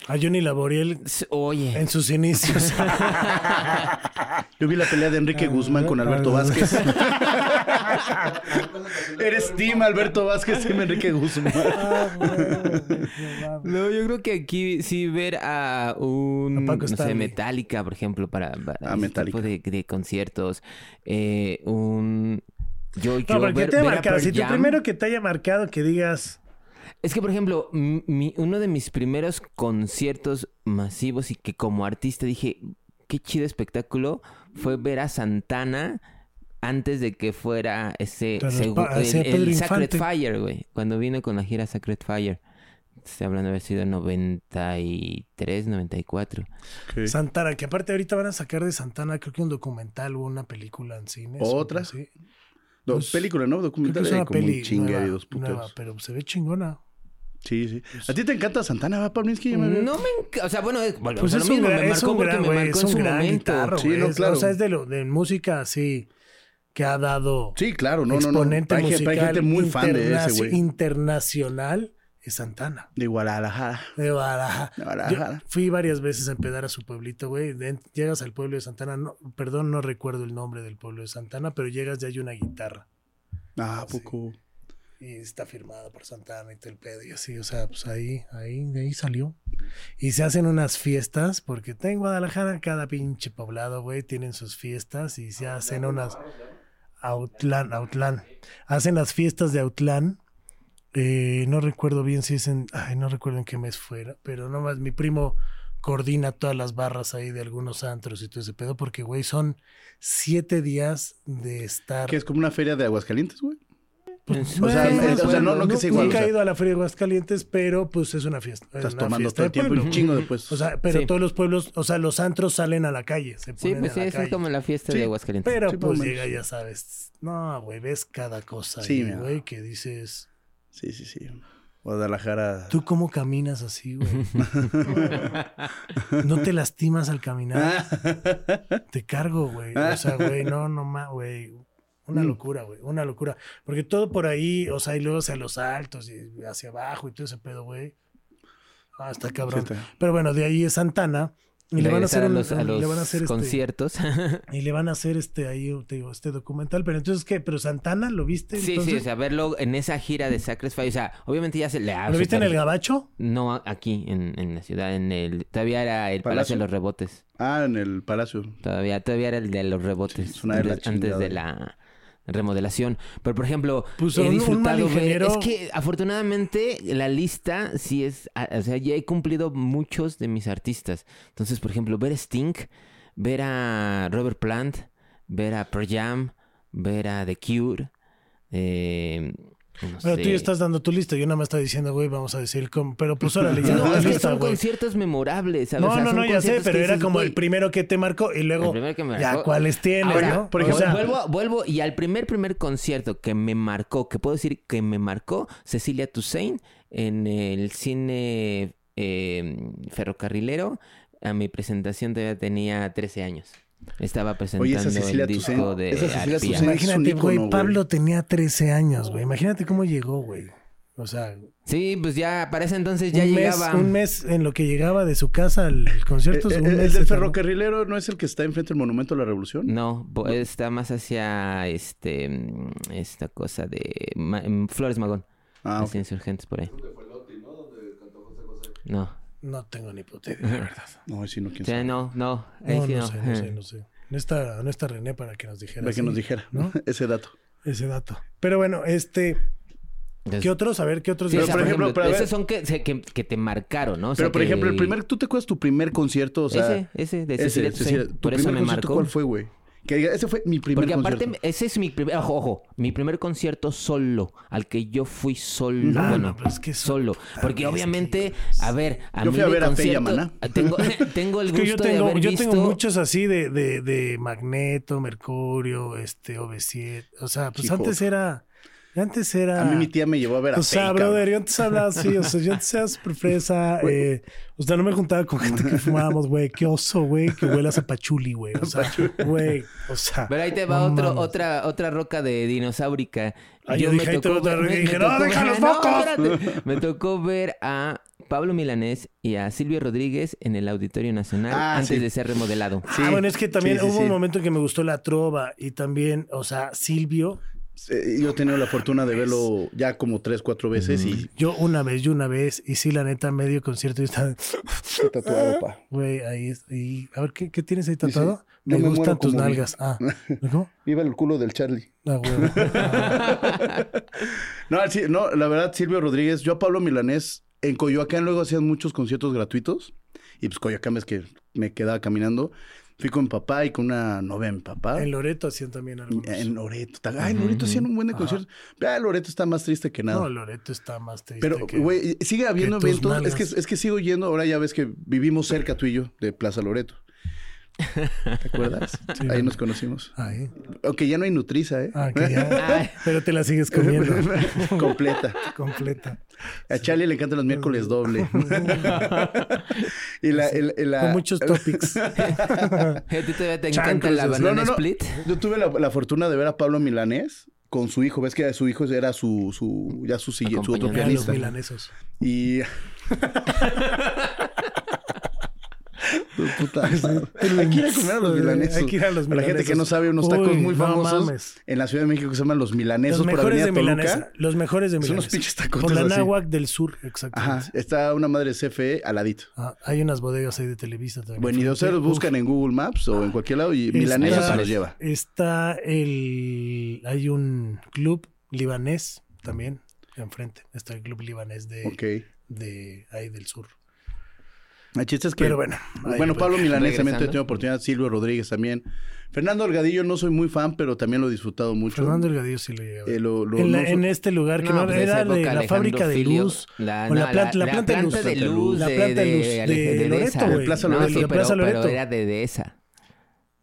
Speaker 7: a Johnny Laboriel
Speaker 3: s- Oye.
Speaker 7: en
Speaker 3: (laughs)
Speaker 7: sus inicios.
Speaker 5: Yo vi la pelea de Enrique Guzmán con Alberto
Speaker 7: (laughs)
Speaker 5: Vázquez. Eres team Alberto Vázquez, team Enrique Guzmán.
Speaker 3: No, yo creo que aquí sí ver a un,
Speaker 7: A Paco
Speaker 3: no sé,
Speaker 7: Stanley.
Speaker 3: Metallica, por ejemplo, para, para
Speaker 5: Ah,
Speaker 3: ese
Speaker 5: Metallica.
Speaker 3: tipo de, de conciertos. Eh, un... Yo, yo
Speaker 7: No, pero ¿qué
Speaker 3: ver-
Speaker 7: te ha
Speaker 3: ver a
Speaker 7: marcado?
Speaker 3: Pearl
Speaker 7: Si tú
Speaker 3: Jam.
Speaker 7: primero que te haya marcado que digas,
Speaker 3: Es que, por ejemplo, m- mi- uno de mis primeros conciertos masivos y que como artista dije, qué chido espectáculo, fue ver a Santana antes de que fuera ese
Speaker 7: Pero
Speaker 3: segu-
Speaker 7: pa- hacia
Speaker 3: el,
Speaker 7: Pedro
Speaker 3: el Sacred
Speaker 7: Infante.
Speaker 3: Fire, güey. Cuando vino con la gira Sacred Fire. Estoy hablando de haber sido 93, 94.
Speaker 7: Santana, que aparte ahorita van a sacar de Santana, creo que un documental o una película en cines. o
Speaker 5: ¿Otra?
Speaker 7: algo así.
Speaker 5: No,
Speaker 7: Pues,
Speaker 5: película, ¿no?
Speaker 7: Creo que
Speaker 5: Documental.
Speaker 7: es
Speaker 5: eh,
Speaker 7: una
Speaker 5: como un
Speaker 7: peli
Speaker 5: chinga
Speaker 7: nueva,
Speaker 5: de dos puteros.
Speaker 7: nueva, Pues, pero se ve chingona.
Speaker 5: Sí, sí. ¿A ti te encanta Santana, va, Pablo? Es que yo me veo-
Speaker 3: No me... enca- O sea, bueno, es, volvemos
Speaker 7: Pues
Speaker 3: a lo
Speaker 7: es un
Speaker 3: mismo.
Speaker 7: gran,
Speaker 3: me
Speaker 7: es
Speaker 3: marcó
Speaker 7: un
Speaker 3: porque
Speaker 7: gran,
Speaker 3: me
Speaker 7: güey,
Speaker 3: marcó
Speaker 7: es
Speaker 3: en
Speaker 7: un
Speaker 3: su
Speaker 7: gran
Speaker 3: momento.
Speaker 7: guitarro,
Speaker 5: Sí,
Speaker 7: güey.
Speaker 5: no,
Speaker 7: Es-
Speaker 5: claro.
Speaker 7: O sea, es de, lo, de música así que ha dado
Speaker 5: Sí, claro, no, no, no.
Speaker 7: exponente
Speaker 5: Hay, gente-
Speaker 7: musical
Speaker 5: hay gente muy fan de ese,
Speaker 7: internaci-
Speaker 5: güey.
Speaker 7: internacional es Santana.
Speaker 5: De Guadalajara.
Speaker 7: De Baraja.
Speaker 5: De Guadalajara.
Speaker 7: Yo fui varias veces a empedar a su pueblito, güey. De- Llegas al pueblo de Santana, no- perdón, no recuerdo el nombre del pueblo de Santana, pero llegas y hay una guitarra.
Speaker 5: Ah, ¿a
Speaker 7: Sí.
Speaker 5: poco.
Speaker 7: Y está firmada por Santana y todo el pedo y así, o sea, pues ahí, ahí, de ahí salió. Y se hacen unas fiestas, porque en Guadalajara cada pinche poblado, güey, tienen sus fiestas y se hacen unas... Autlán, Autlán. Hacen las fiestas de Autlán. Eh, no recuerdo bien si es en... Ay, no recuerdo en qué mes fuera, pero nomás mi primo coordina todas las barras ahí de algunos antros y todo ese pedo, porque, güey, son siete días de estar...
Speaker 5: Que es como una feria de Aguascalientes, güey.
Speaker 7: Pues,
Speaker 5: O sea,
Speaker 7: bueno,
Speaker 5: el- o sea,
Speaker 7: bueno,
Speaker 5: no- no que sea igual,
Speaker 7: Nunca
Speaker 5: o sea.
Speaker 7: he ido a la feria de Aguascalientes, pero pues es una fiesta.
Speaker 5: Estás
Speaker 7: una
Speaker 5: tomando
Speaker 7: fiesta
Speaker 5: todo
Speaker 7: de
Speaker 5: el tiempo y un
Speaker 7: pueblo.
Speaker 5: chingo pues. después.
Speaker 7: O sea, pero
Speaker 3: Sí.
Speaker 7: todos los pueblos, o sea, los antros salen a la calle. Se
Speaker 3: Sí,
Speaker 7: ponen
Speaker 3: pues sí,
Speaker 7: a la
Speaker 3: es
Speaker 7: calle.
Speaker 3: como la fiesta
Speaker 5: Sí,
Speaker 3: de Aguascalientes.
Speaker 7: Pero
Speaker 5: Sí, más o
Speaker 7: pues
Speaker 5: menos.
Speaker 7: llega, ya sabes. No, güey, ves cada cosa.
Speaker 5: Sí,
Speaker 7: Sí,
Speaker 5: mira.
Speaker 7: güey, que dices,
Speaker 5: sí, sí, sí. Guadalajara.
Speaker 7: ¿tú cómo caminas así, güey?
Speaker 5: (laughs)
Speaker 7: (laughs) no te lastimas al caminar. Te cargo, güey. O sea, güey, no, no más, güey. Una
Speaker 5: Mm.
Speaker 7: locura, güey. Una locura. Porque todo por ahí, o sea, y luego hacia los altos y hacia abajo y todo ese pedo, güey. Ah, está cabrón.
Speaker 5: Sí, está.
Speaker 7: Pero bueno, de ahí es Santana. Y le van a hacer,
Speaker 3: Regresar
Speaker 7: un-
Speaker 3: los, a
Speaker 7: le
Speaker 3: los
Speaker 7: van a hacer este,
Speaker 3: conciertos. (laughs)
Speaker 7: y le van a hacer este ahí, te digo, este documental. Pero entonces, ¿qué? ¿Pero Santana lo viste?
Speaker 3: Sí, sí,
Speaker 7: entonces?
Speaker 3: o sea, verlo en esa gira de Sacrifice. O sea, obviamente ya se le ha
Speaker 7: ¿Lo viste en
Speaker 3: super-
Speaker 7: el Gabacho?
Speaker 3: No, a- aquí, en, en la ciudad, en el... Todavía era el Palacio
Speaker 5: ¿Palacio?
Speaker 3: de los Rebotes.
Speaker 5: (laughs) Ah, en el Palacio.
Speaker 3: Todavía, todavía era el de los rebotes.
Speaker 5: es una de la
Speaker 3: antes, antes de la remodelación. Pero, por ejemplo,
Speaker 7: Pues,
Speaker 3: he
Speaker 7: un- un
Speaker 3: disfrutado
Speaker 7: mal
Speaker 3: ver-
Speaker 7: ingeniero-
Speaker 3: Es que, afortunadamente, la lista sí es... a- O sea, ya he cumplido muchos de mis artistas. Entonces, por ejemplo, ver Sting... ver a Robert Plant, ver a Pro Jam, ver a The Cure. Eh, no
Speaker 7: Pero
Speaker 3: sé.
Speaker 7: tú ya estás dando tu lista, yo nada más estoy diciendo, güey, vamos a decir, com- pero
Speaker 3: (laughs)
Speaker 7: pues órale, ya
Speaker 3: No,
Speaker 7: da (laughs)
Speaker 3: es
Speaker 7: tu
Speaker 3: que
Speaker 7: lista,
Speaker 3: son
Speaker 7: güey.
Speaker 3: conciertos memorables, ¿sabes? O
Speaker 7: No,
Speaker 3: sea,
Speaker 7: no,
Speaker 3: son
Speaker 7: no, ya sé,
Speaker 3: conciertos
Speaker 7: pero
Speaker 3: que
Speaker 7: era
Speaker 3: dices,
Speaker 7: como
Speaker 3: "Güey,
Speaker 7: el primero que te marcó y luego
Speaker 3: El primero que me
Speaker 7: ya
Speaker 3: marcó".
Speaker 7: cuáles tienes,
Speaker 3: Ahora,
Speaker 7: ¿no? Porque, o sea,
Speaker 3: vuelvo, a- vuelvo y al primer primer concierto que me marcó, que puedo decir que me marcó Cecilia Toussaint en el cine eh, ferrocarrilero, a mi presentación todavía tenía 13 años. Estaba presentando
Speaker 5: Cecilia
Speaker 3: el disco
Speaker 5: Toussaint-
Speaker 3: de
Speaker 5: esa Cecilia
Speaker 3: Arpía.
Speaker 5: Toussaint- es un
Speaker 7: imagínate,
Speaker 5: ícono,
Speaker 7: güey,
Speaker 5: güey.
Speaker 7: Pablo tenía 13 años, güey. Imagínate cómo llegó, güey. O sea,
Speaker 3: Sí, pues ya para ese entonces ya
Speaker 7: un, mes,
Speaker 3: llegaba.
Speaker 7: un mes en lo que llegaba de su casa al concierto.
Speaker 5: Eh, eh,
Speaker 7: un
Speaker 5: el,
Speaker 7: mes
Speaker 5: del
Speaker 7: se
Speaker 5: ferrocarrilero no es el que está enfrente del Monumento a la Revolución.
Speaker 3: No, bo- está más hacia este mm, esta cosa de Ma- mm, Flores Magón.
Speaker 5: Ah,
Speaker 3: Los
Speaker 5: ok.
Speaker 3: insurgentes por ahí. No.
Speaker 7: tomó. No tengo ni puta idea, de verdad.
Speaker 5: No, sí, no, quién
Speaker 3: Sí,
Speaker 5: sabe.
Speaker 3: no, no. ahí
Speaker 7: No,
Speaker 3: sí
Speaker 7: no
Speaker 3: no.
Speaker 7: sé, no
Speaker 3: (laughs)
Speaker 7: sé, no sé. No está, no está René para que nos dijera.
Speaker 5: Para que
Speaker 7: sí,
Speaker 5: nos dijera
Speaker 7: ¿no?
Speaker 5: (laughs) ese dato.
Speaker 7: Ese dato. Pero bueno, este,
Speaker 3: Entonces,
Speaker 7: ¿qué otros? A ver, ¿qué otros?
Speaker 3: sí, o
Speaker 5: Pero,
Speaker 3: sea,
Speaker 5: por
Speaker 3: por
Speaker 5: ejemplo,
Speaker 3: ejemplo,
Speaker 5: pero a ver-
Speaker 3: esos son que, se- que, que te marcaron, ¿no? O sea,
Speaker 5: Pero, por
Speaker 3: que-
Speaker 5: ejemplo, el primer, ¿tú te acuerdas tu primer concierto? O sea,
Speaker 3: ese, ese de
Speaker 5: ese,
Speaker 3: Cecilia
Speaker 5: ese,
Speaker 3: Toussaint.
Speaker 5: ¿Tu
Speaker 3: Por
Speaker 5: primer
Speaker 3: eso me
Speaker 5: concierto
Speaker 3: marcó.
Speaker 5: cuál fue, güey? Que diga, ese fue mi primer
Speaker 3: Porque aparte,
Speaker 5: concierto.
Speaker 3: ese es mi primer, ojo, ojo, mi primer concierto solo, al que yo fui solo,
Speaker 7: Ah,
Speaker 3: bueno,
Speaker 7: no, pero es que eso-
Speaker 3: solo, porque
Speaker 7: es
Speaker 3: obviamente, a ver, a
Speaker 5: Yo
Speaker 3: mí
Speaker 5: fui a
Speaker 3: de
Speaker 5: ver a Peña
Speaker 3: concierto-
Speaker 5: Maná.
Speaker 3: tengo, (laughs) tengo el
Speaker 7: Es
Speaker 3: gusto
Speaker 7: que yo
Speaker 3: de
Speaker 7: tengo,
Speaker 3: haber
Speaker 7: yo
Speaker 3: visto,
Speaker 7: tengo muchos así de, de, de Magneto, Mercurio, este, OV7. O sea, pues
Speaker 5: Hijo.
Speaker 7: antes era. Antes era.
Speaker 5: A mí mi tía me llevó a ver a
Speaker 7: O sea,
Speaker 5: Fey,
Speaker 7: brother,
Speaker 5: cabrón.
Speaker 7: yo antes hablaba así, o sea, yo antes era
Speaker 5: (laughs)
Speaker 7: súper fresa. eh, o sea, no me juntaba con gente que fumábamos, güey. Qué oso, güey, que huelas a pachuli, güey. O sea, güey, o sea.
Speaker 3: pero
Speaker 7: (laughs)
Speaker 3: ahí te va
Speaker 7: no
Speaker 3: otro,
Speaker 7: mames.
Speaker 3: otra, otra roca de dinosaurica.
Speaker 7: Ah, yo dije, ahí te va otra roca, y dije, ¡no, deja los
Speaker 3: no,
Speaker 7: focos! (laughs)
Speaker 3: espérate. me tocó ver a Pablo Milanés y a Silvio Rodríguez en el Auditorio Nacional
Speaker 5: Ah,
Speaker 3: antes
Speaker 5: sí.
Speaker 3: de ser
Speaker 7: (laughs)
Speaker 3: remodelado.
Speaker 5: Sí,
Speaker 7: ah, bueno, es que también
Speaker 5: sí, sí,
Speaker 7: hubo
Speaker 5: sí.
Speaker 7: un momento en que me gustó la trova y también, o sea, Silvio.
Speaker 5: Eh, Yo he tenido la fortuna de verlo ya como tres, cuatro veces y
Speaker 7: Yo una vez, yo una vez, y sí, la neta, medio concierto y estaba,
Speaker 5: he tatuado, pa.
Speaker 7: güey, ahí es. Y, a ver, ¿qué, qué tienes ahí
Speaker 5: Dice,
Speaker 7: tatuado?
Speaker 5: "Yo
Speaker 7: me,
Speaker 5: me muero
Speaker 7: gustan tus
Speaker 5: como vi".
Speaker 7: nalgas. Ah,
Speaker 5: (laughs)
Speaker 7: ¿cómo?
Speaker 5: Viva el culo del Charlie.
Speaker 7: Ah, güey.
Speaker 5: (laughs) No, sí, no, la verdad, Silvio Rodríguez, yo a Pablo Milanés, en Coyoacán luego hacían muchos conciertos gratuitos. Y pues Coyoacán es que me quedaba caminando. Fui con mi papá y con una novia de mi papá.
Speaker 7: En Loreto hacían también algunos.
Speaker 5: En Loreto. ta- Ay, en Loreto hacían un buen de conciertos. Ah, Loreto está más triste que nada.
Speaker 7: No, Loreto está más triste.
Speaker 5: Pero,
Speaker 7: que-
Speaker 5: güey, sigue habiendo
Speaker 7: que tus
Speaker 5: eventos. Es
Speaker 7: nalgas.
Speaker 5: que, es que sigo yendo. Ahora ya ves que vivimos cerca tú y yo de Plaza Loreto. ¿Te acuerdas?
Speaker 7: (laughs) Sí.
Speaker 5: Ahí nos conocimos.
Speaker 7: Ay,
Speaker 5: Aunque ya no hay Nutriza, ¿eh?
Speaker 7: ah, que ya. Pero te la sigues comiendo
Speaker 5: (laughs) Completa.
Speaker 7: completa.
Speaker 5: A Charlie le encantan los miércoles
Speaker 7: (laughs)
Speaker 5: doble. (laughs) y la, el- el- la-
Speaker 7: Con
Speaker 5: (laughs)
Speaker 7: muchos topics.
Speaker 3: ¿A ti todavía te
Speaker 7: Chancros,
Speaker 3: encanta la
Speaker 7: no,
Speaker 3: banana split?
Speaker 5: Yo tuve la, la fortuna de ver a Pablo Milanés con su hijo. Ves que su hijo era su, su ya su, siguiente- su otro
Speaker 3: Acompañante.
Speaker 7: Eran los
Speaker 5: pianista.
Speaker 7: milanesos. (laughs)
Speaker 5: Y. (laughs) Tu Pues, puta madre. Hay que ir a comer a los milanesos.
Speaker 7: Hay que ir a los
Speaker 5: Para la gente
Speaker 7: milanesos.
Speaker 5: que no sabe, unos
Speaker 7: Uy,
Speaker 5: tacos muy
Speaker 7: no
Speaker 5: famosos
Speaker 7: mames.
Speaker 5: en la Ciudad de México que se llaman los milanesos
Speaker 7: Los
Speaker 5: por
Speaker 7: mejores de
Speaker 5: Avenida Toluca.
Speaker 7: milanesa. Los mejores de
Speaker 5: Son unos
Speaker 7: milanesa.
Speaker 5: pinches tacotes
Speaker 7: Por la
Speaker 5: así.
Speaker 7: náhuac del sur,
Speaker 5: Ajá,
Speaker 7: exactamente.
Speaker 5: está una madre CFE al ladito.
Speaker 7: Ah, hay unas bodegas ahí de Televisa también.
Speaker 5: Bueno, y de ustedes los buscan en Google Maps o en cualquier lado
Speaker 7: Este,
Speaker 5: y milanesos se los lleva.
Speaker 7: Está el. Hay un club libanés también enfrente. Está el club libanés de,
Speaker 5: Ok.
Speaker 7: de ahí del sur.
Speaker 5: El chiste es que.
Speaker 7: Pero bueno, ahí
Speaker 5: bueno,
Speaker 7: voy.
Speaker 5: Pablo Milanés también
Speaker 3: Regresando.
Speaker 5: he tenido oportunidad. Silvio Rodríguez también. Fernando Delgadillo, no soy muy fan, pero también lo he disfrutado mucho.
Speaker 7: Fernando Delgadillo sí lo lleva.
Speaker 5: Eh, lo- lo-
Speaker 7: en, la-
Speaker 5: no-
Speaker 7: en este lugar que no,
Speaker 3: pues,
Speaker 7: era
Speaker 3: esa
Speaker 7: de
Speaker 3: época,
Speaker 7: la
Speaker 3: Alejandro
Speaker 7: fábrica de
Speaker 3: Filio,
Speaker 7: luz.
Speaker 3: La,
Speaker 7: o
Speaker 3: no,
Speaker 7: la, plant- la planta, de luz.
Speaker 3: de,
Speaker 7: La planta de luz de,
Speaker 3: de
Speaker 7: Loreto,
Speaker 3: esa.
Speaker 7: güey.
Speaker 5: De Plaza
Speaker 3: No,
Speaker 5: Loreto.
Speaker 3: sí,
Speaker 7: de
Speaker 3: pero,
Speaker 7: Plaza
Speaker 3: pero
Speaker 7: Loreto.
Speaker 3: era de, de esa.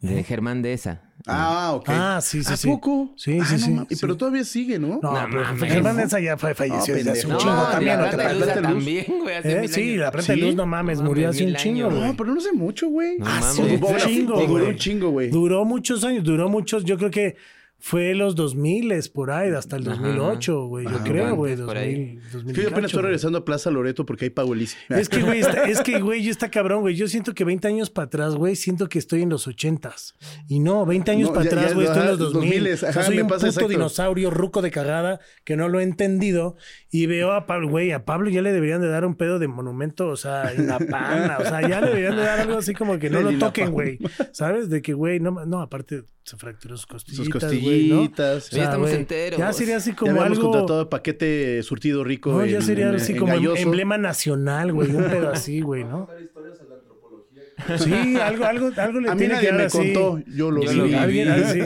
Speaker 3: De Germán de esa.
Speaker 5: Ah, ok.
Speaker 7: Ah, sí, sí,
Speaker 5: ¿A
Speaker 7: sí.
Speaker 5: poco?
Speaker 7: Sí,
Speaker 5: Ah,
Speaker 7: sí,
Speaker 5: no
Speaker 7: sí,
Speaker 5: mames.
Speaker 7: sí.
Speaker 5: Pero todavía sigue, ¿no?
Speaker 7: No, pues,
Speaker 3: No
Speaker 7: pero
Speaker 3: mames.
Speaker 7: Fernández ya fa- falleció
Speaker 5: No,
Speaker 7: desde hace un
Speaker 5: pendejo.
Speaker 7: chingo
Speaker 5: No, la
Speaker 7: también. ¿no te
Speaker 5: planta de
Speaker 7: acuerdas?
Speaker 5: luz.
Speaker 3: también, güey. hace
Speaker 7: Eh,
Speaker 3: mil
Speaker 7: sí,
Speaker 3: años.
Speaker 7: la planta de
Speaker 5: ¿Sí?
Speaker 7: luz, no mames,
Speaker 3: No
Speaker 7: murió
Speaker 3: mames,
Speaker 7: hace un
Speaker 3: mil
Speaker 7: chingo,
Speaker 3: años,
Speaker 7: güey.
Speaker 5: No, pero no sé mucho, güey.
Speaker 3: No
Speaker 5: Ah,
Speaker 3: mames.
Speaker 5: sí,
Speaker 3: Duró
Speaker 5: bueno,
Speaker 7: un chingo,
Speaker 5: sí, Duró
Speaker 7: güey.
Speaker 5: un chingo, güey.
Speaker 7: Duró muchos años, duró muchos, yo creo que fue los 2000 por ahí, hasta el
Speaker 3: Ajá.
Speaker 7: 2008, güey, yo
Speaker 3: Ajá.
Speaker 7: creo, güey,
Speaker 3: Por ahí.
Speaker 7: 2000,
Speaker 5: Es que yo
Speaker 7: 2008,
Speaker 5: apenas estoy
Speaker 7: güey.
Speaker 5: regresando a Plaza Loreto porque hay Pago Elise.
Speaker 7: Es que, güey, está, es que, güey, yo está cabrón, güey. Yo siento que 20 años para atrás, güey, siento que estoy en los 80s. Y no, 20 años
Speaker 5: No,
Speaker 7: para
Speaker 5: ya-
Speaker 7: atrás,
Speaker 5: ya,
Speaker 7: güey, estoy en
Speaker 5: ajá,
Speaker 7: los 2000.
Speaker 5: 2000s,
Speaker 7: O sea,
Speaker 5: ajá,
Speaker 7: soy
Speaker 5: me
Speaker 7: un puto
Speaker 5: pasa exacto.
Speaker 7: dinosaurio ruco de cagada que no lo he entendido. Y veo a Pablo, güey, a Pablo ya le deberían de dar un pedo de monumento, o sea, en la pana. O sea, ya le deberían de dar algo así
Speaker 5: (laughs)
Speaker 7: como que no
Speaker 5: De
Speaker 7: lo
Speaker 5: Lina
Speaker 7: toquen,
Speaker 5: Pan.
Speaker 7: güey. ¿sabes? De que, güey, no, no, aparte se fracturó sus
Speaker 5: Sus
Speaker 7: costillitas, güey, ¿no?
Speaker 5: costillitas.
Speaker 7: O sea,
Speaker 3: Ya estamos
Speaker 7: güey,
Speaker 3: enteros.
Speaker 7: Ya sería así
Speaker 5: ya
Speaker 7: como
Speaker 5: habíamos
Speaker 7: algo...
Speaker 5: contratado paquete surtido rico.
Speaker 7: No, ya
Speaker 5: en-
Speaker 7: sería
Speaker 5: en-
Speaker 7: así
Speaker 5: en
Speaker 7: como em-
Speaker 5: Galloso.
Speaker 7: emblema nacional, güey, un pedo así, güey, ¿no? Sí, algo, algo, algo le
Speaker 5: A mí
Speaker 7: tiene que
Speaker 5: nadie
Speaker 7: dar
Speaker 5: me
Speaker 7: así.
Speaker 5: contó, yo lo
Speaker 3: Yo
Speaker 5: vi.
Speaker 3: lo vi.
Speaker 5: (laughs)
Speaker 7: Alguien así.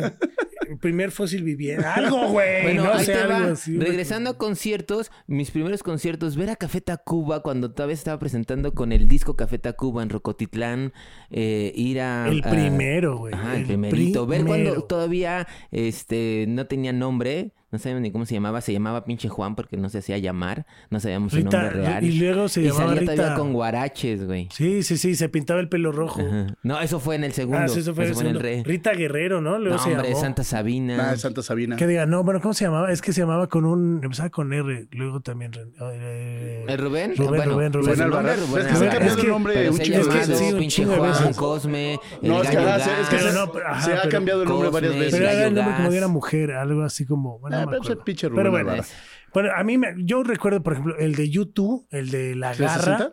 Speaker 7: El primer fósil viviente. Algo, güey.
Speaker 3: Bueno,
Speaker 7: no
Speaker 3: ahí
Speaker 7: sé,
Speaker 3: te
Speaker 7: algo
Speaker 3: va.
Speaker 7: así.
Speaker 3: Regresando a conciertos, mis primeros conciertos, ver a Café Tacuba cuando todavía estaba presentando con el disco Café Tacuba en Rocotitlán, eh, ir a...
Speaker 7: El
Speaker 3: a-
Speaker 7: primero, güey.
Speaker 3: Ajá, el, primerito. Ver cuando
Speaker 7: primero.
Speaker 3: todavía este, no tenía nombre, no sabíamos ni cómo se llamaba, se llamaba pinche Juan porque no se hacía llamar, no sabíamos su
Speaker 7: Rita,
Speaker 3: nombre real.
Speaker 7: y luego se
Speaker 3: Y
Speaker 7: llamaba
Speaker 3: salía
Speaker 7: Rita.
Speaker 3: todavía con guaraches, güey.
Speaker 7: Sí, sí, sí, se pintaba el pelo rojo.
Speaker 3: Ajá. No, eso fue en el segundo.
Speaker 7: Ah, sí, eso fue el
Speaker 3: en el
Speaker 7: segundo.
Speaker 3: re.
Speaker 7: Rita Guerrero, ¿no? Luego
Speaker 3: No,
Speaker 7: se
Speaker 3: hombre,
Speaker 7: llamó.
Speaker 3: Santa Sabina.
Speaker 5: Ah, Santa Sabina.
Speaker 7: Que diga, no, bueno, ¿cómo se llamaba? Es que se llamaba con un. Empezaba con R, luego también. eh,
Speaker 3: ¿El Rubén?
Speaker 7: Rubén,
Speaker 3: Bueno,
Speaker 7: Rubén, Rubén.
Speaker 3: pues,
Speaker 5: Rubén
Speaker 3: su nombre
Speaker 5: Alvarez.
Speaker 3: es
Speaker 5: Es que se ha
Speaker 7: Alvarez.
Speaker 5: cambiado
Speaker 7: Es que-
Speaker 5: el nombre
Speaker 3: Pero
Speaker 5: un
Speaker 3: se ha
Speaker 5: chingo de
Speaker 7: es que
Speaker 3: llamado
Speaker 5: veces.
Speaker 7: sí, un
Speaker 3: pinche
Speaker 7: chingo de
Speaker 3: Juan,
Speaker 7: veces.
Speaker 3: Cosme, el
Speaker 5: No, es que,
Speaker 3: gallo
Speaker 5: ahora se- es que
Speaker 3: Gas.
Speaker 7: Pero
Speaker 5: se,
Speaker 7: no, pero- ajá,
Speaker 5: se ha
Speaker 7: pero-
Speaker 5: cambiado el nombre varias
Speaker 3: Cosme,
Speaker 5: veces.
Speaker 7: Pero era
Speaker 3: Gallo
Speaker 7: el nombre como
Speaker 3: Gas.
Speaker 7: de una mujer, algo así como. Bueno,
Speaker 5: Ah,
Speaker 7: no me
Speaker 5: pero es el
Speaker 7: acuerdo.
Speaker 5: pinche Rubén
Speaker 7: Pero bueno,
Speaker 5: Alvarez.
Speaker 7: bueno, a mí me, yo recuerdo, por ejemplo, el de YouTube, el de la garra,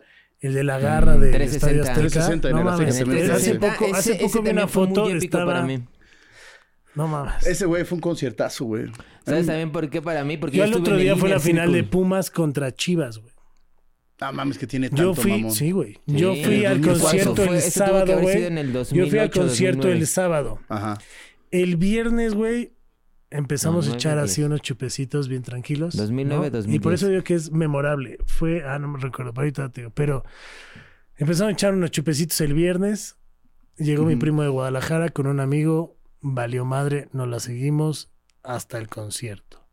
Speaker 5: 360?
Speaker 7: el de la garra
Speaker 3: Mm,
Speaker 7: de
Speaker 3: 360.
Speaker 7: Estadio Azteca.
Speaker 5: 360 en
Speaker 7: no
Speaker 5: el
Speaker 7: mames,
Speaker 5: Azteca también.
Speaker 7: hace
Speaker 5: 360,
Speaker 7: poco, hace
Speaker 3: ese-
Speaker 7: poco
Speaker 3: ese
Speaker 7: vi una
Speaker 3: también fue muy
Speaker 7: foto
Speaker 3: épico
Speaker 7: estaba,
Speaker 3: para mí.
Speaker 7: no mames.
Speaker 5: Ese güey fue un conciertazo, güey.
Speaker 3: ¿Sabes también por qué para mí? Porque
Speaker 7: Yo el
Speaker 3: estuve
Speaker 7: otro
Speaker 3: en
Speaker 7: día fue la
Speaker 3: Inner
Speaker 7: final de
Speaker 3: Circle.
Speaker 7: Pumas contra Chivas, güey.
Speaker 5: Ah, mames, que tiene tanto
Speaker 7: Yo fui,
Speaker 5: mamón.
Speaker 7: sí, güey.
Speaker 3: Sí,
Speaker 7: Yo
Speaker 3: en
Speaker 7: fui
Speaker 3: el
Speaker 7: al
Speaker 3: 2004.
Speaker 7: concierto
Speaker 3: Fue-
Speaker 7: el
Speaker 3: eso tuvo que
Speaker 7: sábado,
Speaker 3: haber
Speaker 7: güey.
Speaker 3: sido en el
Speaker 7: Yo fui al
Speaker 3: 2008,
Speaker 7: concierto
Speaker 3: 2009.
Speaker 7: el sábado.
Speaker 5: Ajá.
Speaker 7: El viernes, güey, empezamos
Speaker 3: No,
Speaker 7: a echar
Speaker 3: 9,
Speaker 7: así
Speaker 3: 10.
Speaker 7: unos chupecitos bien tranquilos.
Speaker 3: 2009,
Speaker 7: ¿no?
Speaker 3: 2010.
Speaker 7: Y por eso digo que es memorable. Fue, ah, no me recuerdo, pero ahorita te digo, pero empezamos a echar unos chupecitos el viernes. Llegó mi
Speaker 5: Ujú.
Speaker 7: primo de Guadalajara con un amigo, valió madre, nos la seguimos hasta el concierto.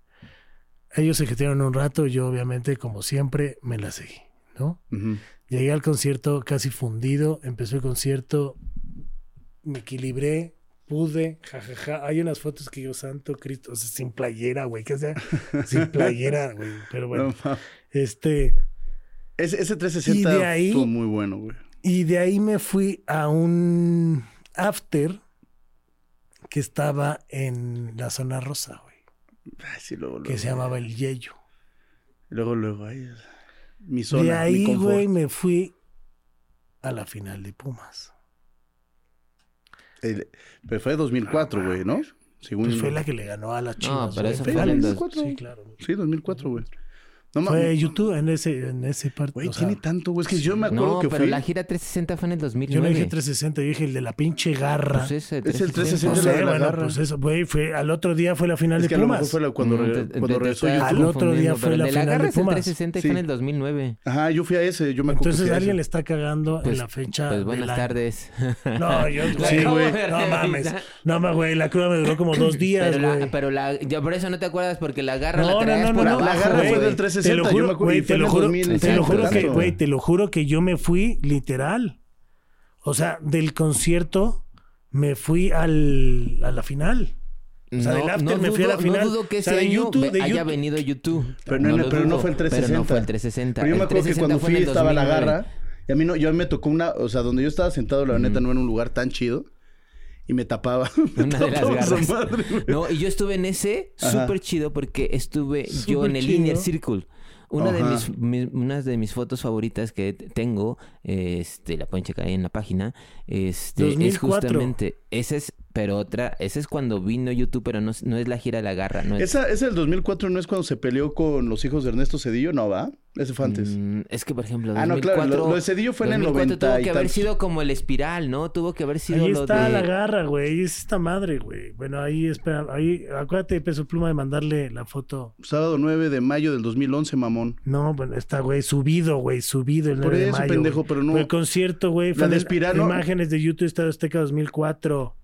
Speaker 7: Ellos se quedaron un rato, yo obviamente, como siempre, me la seguí, ¿no?
Speaker 5: Ujú.
Speaker 7: Llegué al concierto casi fundido, empezó el concierto, me equilibré, pude, jajaja. Hay unas fotos que yo, santo Cristo, o sea, sin playera, güey, que sea,
Speaker 5: (laughs)
Speaker 7: sin playera, güey, pero bueno,
Speaker 5: No mames.
Speaker 7: este,
Speaker 5: ese, ese
Speaker 7: Y de
Speaker 5: 360
Speaker 7: ahí-
Speaker 5: estuvo muy bueno, güey.
Speaker 7: y de ahí me fui a un after que estaba en la zona rosa, güey,
Speaker 5: Ay, sí, luego, luego.
Speaker 7: que se llamaba El Yello.
Speaker 5: Luego, luego. ay, mi zona,
Speaker 7: De
Speaker 5: mi
Speaker 7: ahí,
Speaker 5: confort.
Speaker 7: güey, me fui a la final de Pumas.
Speaker 5: El- pero fue 2004, güey, ¿no? Según
Speaker 7: Pues fue la que le ganó a las chivas.
Speaker 3: pero
Speaker 7: güey.
Speaker 3: eso
Speaker 5: fue
Speaker 7: la
Speaker 5: en el
Speaker 7: que-
Speaker 5: 2004.
Speaker 7: Sí, claro. güey.
Speaker 5: Sí, 2004, güey. No
Speaker 7: Fue
Speaker 5: mames.
Speaker 7: YouTube en ese, en ese parte.
Speaker 5: Güey,
Speaker 7: o sea,
Speaker 5: tiene tanto, güey. Es que yo me acuerdo
Speaker 3: No,
Speaker 5: que
Speaker 3: pero
Speaker 5: fue.
Speaker 3: la gira 360 fue en el 2009.
Speaker 7: yo no dije 360, yo dije el de la pinche garra.
Speaker 3: Pues ese
Speaker 5: Es el 360.
Speaker 7: no
Speaker 5: es la
Speaker 7: sé,
Speaker 5: de la
Speaker 7: bueno,
Speaker 5: garra.
Speaker 7: pues eso, güey, fue al otro día fue la final
Speaker 5: Es
Speaker 7: de
Speaker 5: que a lo mejor
Speaker 7: Pumas.
Speaker 5: fue la-
Speaker 3: Mm,
Speaker 5: cuando, re- cuando regresó
Speaker 7: estás-
Speaker 5: YouTube.
Speaker 7: Al otro día fue la
Speaker 3: de
Speaker 7: final de
Speaker 3: garra es el
Speaker 7: Pumas.
Speaker 3: 360 y
Speaker 5: Sí.
Speaker 3: fue en el 2009.
Speaker 5: Ajá, yo fui a ese, yo me acuerdo.
Speaker 7: Ah, Entonces
Speaker 5: que fui a
Speaker 7: alguien le
Speaker 5: ese.
Speaker 7: está cagando
Speaker 3: Pues-
Speaker 7: en la fecha.
Speaker 3: Pues
Speaker 7: del
Speaker 3: buenas
Speaker 7: año.
Speaker 3: tardes.
Speaker 7: No,
Speaker 3: (laughs)
Speaker 5: (laughs)
Speaker 7: yo sí,
Speaker 5: acabo
Speaker 7: güey.
Speaker 3: de
Speaker 7: No mames.
Speaker 3: revisar.
Speaker 7: No mames, güey. La cruda me duró como dos días,
Speaker 3: Pero la,
Speaker 7: güey.
Speaker 3: pero la, ya por eso no te acuerdas porque la garra
Speaker 7: No,
Speaker 3: la
Speaker 7: no,
Speaker 3: traías
Speaker 7: no,
Speaker 3: por
Speaker 7: no,
Speaker 3: abajo.
Speaker 5: La garra fue
Speaker 3: güey.
Speaker 5: del 360,
Speaker 7: Te
Speaker 5: yo
Speaker 7: lo
Speaker 5: me
Speaker 7: juro,
Speaker 5: acuerdo, y
Speaker 7: güey,
Speaker 5: fue
Speaker 7: te
Speaker 5: en
Speaker 7: lo
Speaker 5: el
Speaker 7: juro,
Speaker 5: 2000,
Speaker 7: te lo juro que,
Speaker 5: exacto.
Speaker 7: güey, te lo juro que yo me fui literal. O sea, del concierto me fui al, a la final. O sea, del after me fui a la final.
Speaker 3: No dudo que
Speaker 7: O sea,
Speaker 3: ese
Speaker 7: de
Speaker 3: año
Speaker 7: YouTube,
Speaker 3: ve-
Speaker 7: de
Speaker 3: haya
Speaker 7: YouTube.
Speaker 3: venido YouTube.
Speaker 5: Pero no,
Speaker 3: lo
Speaker 5: pero no
Speaker 3: dudo,
Speaker 5: fue el 360.
Speaker 3: Pero no fue el 360.
Speaker 5: Pero yo me
Speaker 3: El
Speaker 5: acuerdo que
Speaker 3: 360
Speaker 5: cuando
Speaker 3: fue en
Speaker 5: fui
Speaker 3: el
Speaker 5: estaba la
Speaker 3: 2009.
Speaker 5: garra. Y a mí, no, yo me tocó una. O sea, donde yo estaba sentado, la neta, no era un lugar tan chido. Y me tapaba. (laughs) me
Speaker 3: Una de las
Speaker 5: tapaba esa
Speaker 3: garras.
Speaker 5: madre, güey.
Speaker 3: (laughs) No, y yo estuve en ese
Speaker 5: Ajá.
Speaker 3: súper chido porque estuve yo
Speaker 7: Súper
Speaker 3: en el
Speaker 7: chido.
Speaker 3: Inner Circle. Una de
Speaker 5: Ajá.
Speaker 3: mis, mis- unas de mis fotos favoritas que t- tengo, este, la pueden checar ahí en la página, este, es
Speaker 7: 2004.
Speaker 3: justamente, esa es, pero otra, esa es cuando vino YouTube, pero no, es- no es la gira de la garra, no es,
Speaker 5: Esa, esa del 2004 no es cuando se peleó con los hijos de Ernesto Cedillo, no, ¿va? Ese fue antes.
Speaker 3: Mm, es que, por ejemplo,
Speaker 5: Ah, no, claro, lo- lo de Cedillo fue en el
Speaker 3: 2004 tuvo
Speaker 5: 90 y
Speaker 3: que haber
Speaker 5: tantos.
Speaker 3: sido como el espiral, ¿no? Tuvo que haber sido
Speaker 7: Ahí
Speaker 3: lo
Speaker 7: está
Speaker 3: de...
Speaker 7: la garra, güey. Es esta madre, güey. Bueno, ahí espera, ahí acuérdate de peso pluma de mandarle la foto.
Speaker 5: Sábado 9 de mayo del 2011, mamón.
Speaker 7: No, bueno, está, güey, subido, güey, subido el
Speaker 5: Por
Speaker 7: 9 de
Speaker 5: eso,
Speaker 7: mayo.
Speaker 5: pendejo,
Speaker 7: güey.
Speaker 5: pero no.
Speaker 7: El concierto, güey,
Speaker 5: La
Speaker 7: fue
Speaker 5: de
Speaker 7: en-
Speaker 5: Espirano-
Speaker 7: imágenes de YouTube Estado Azteca 2004.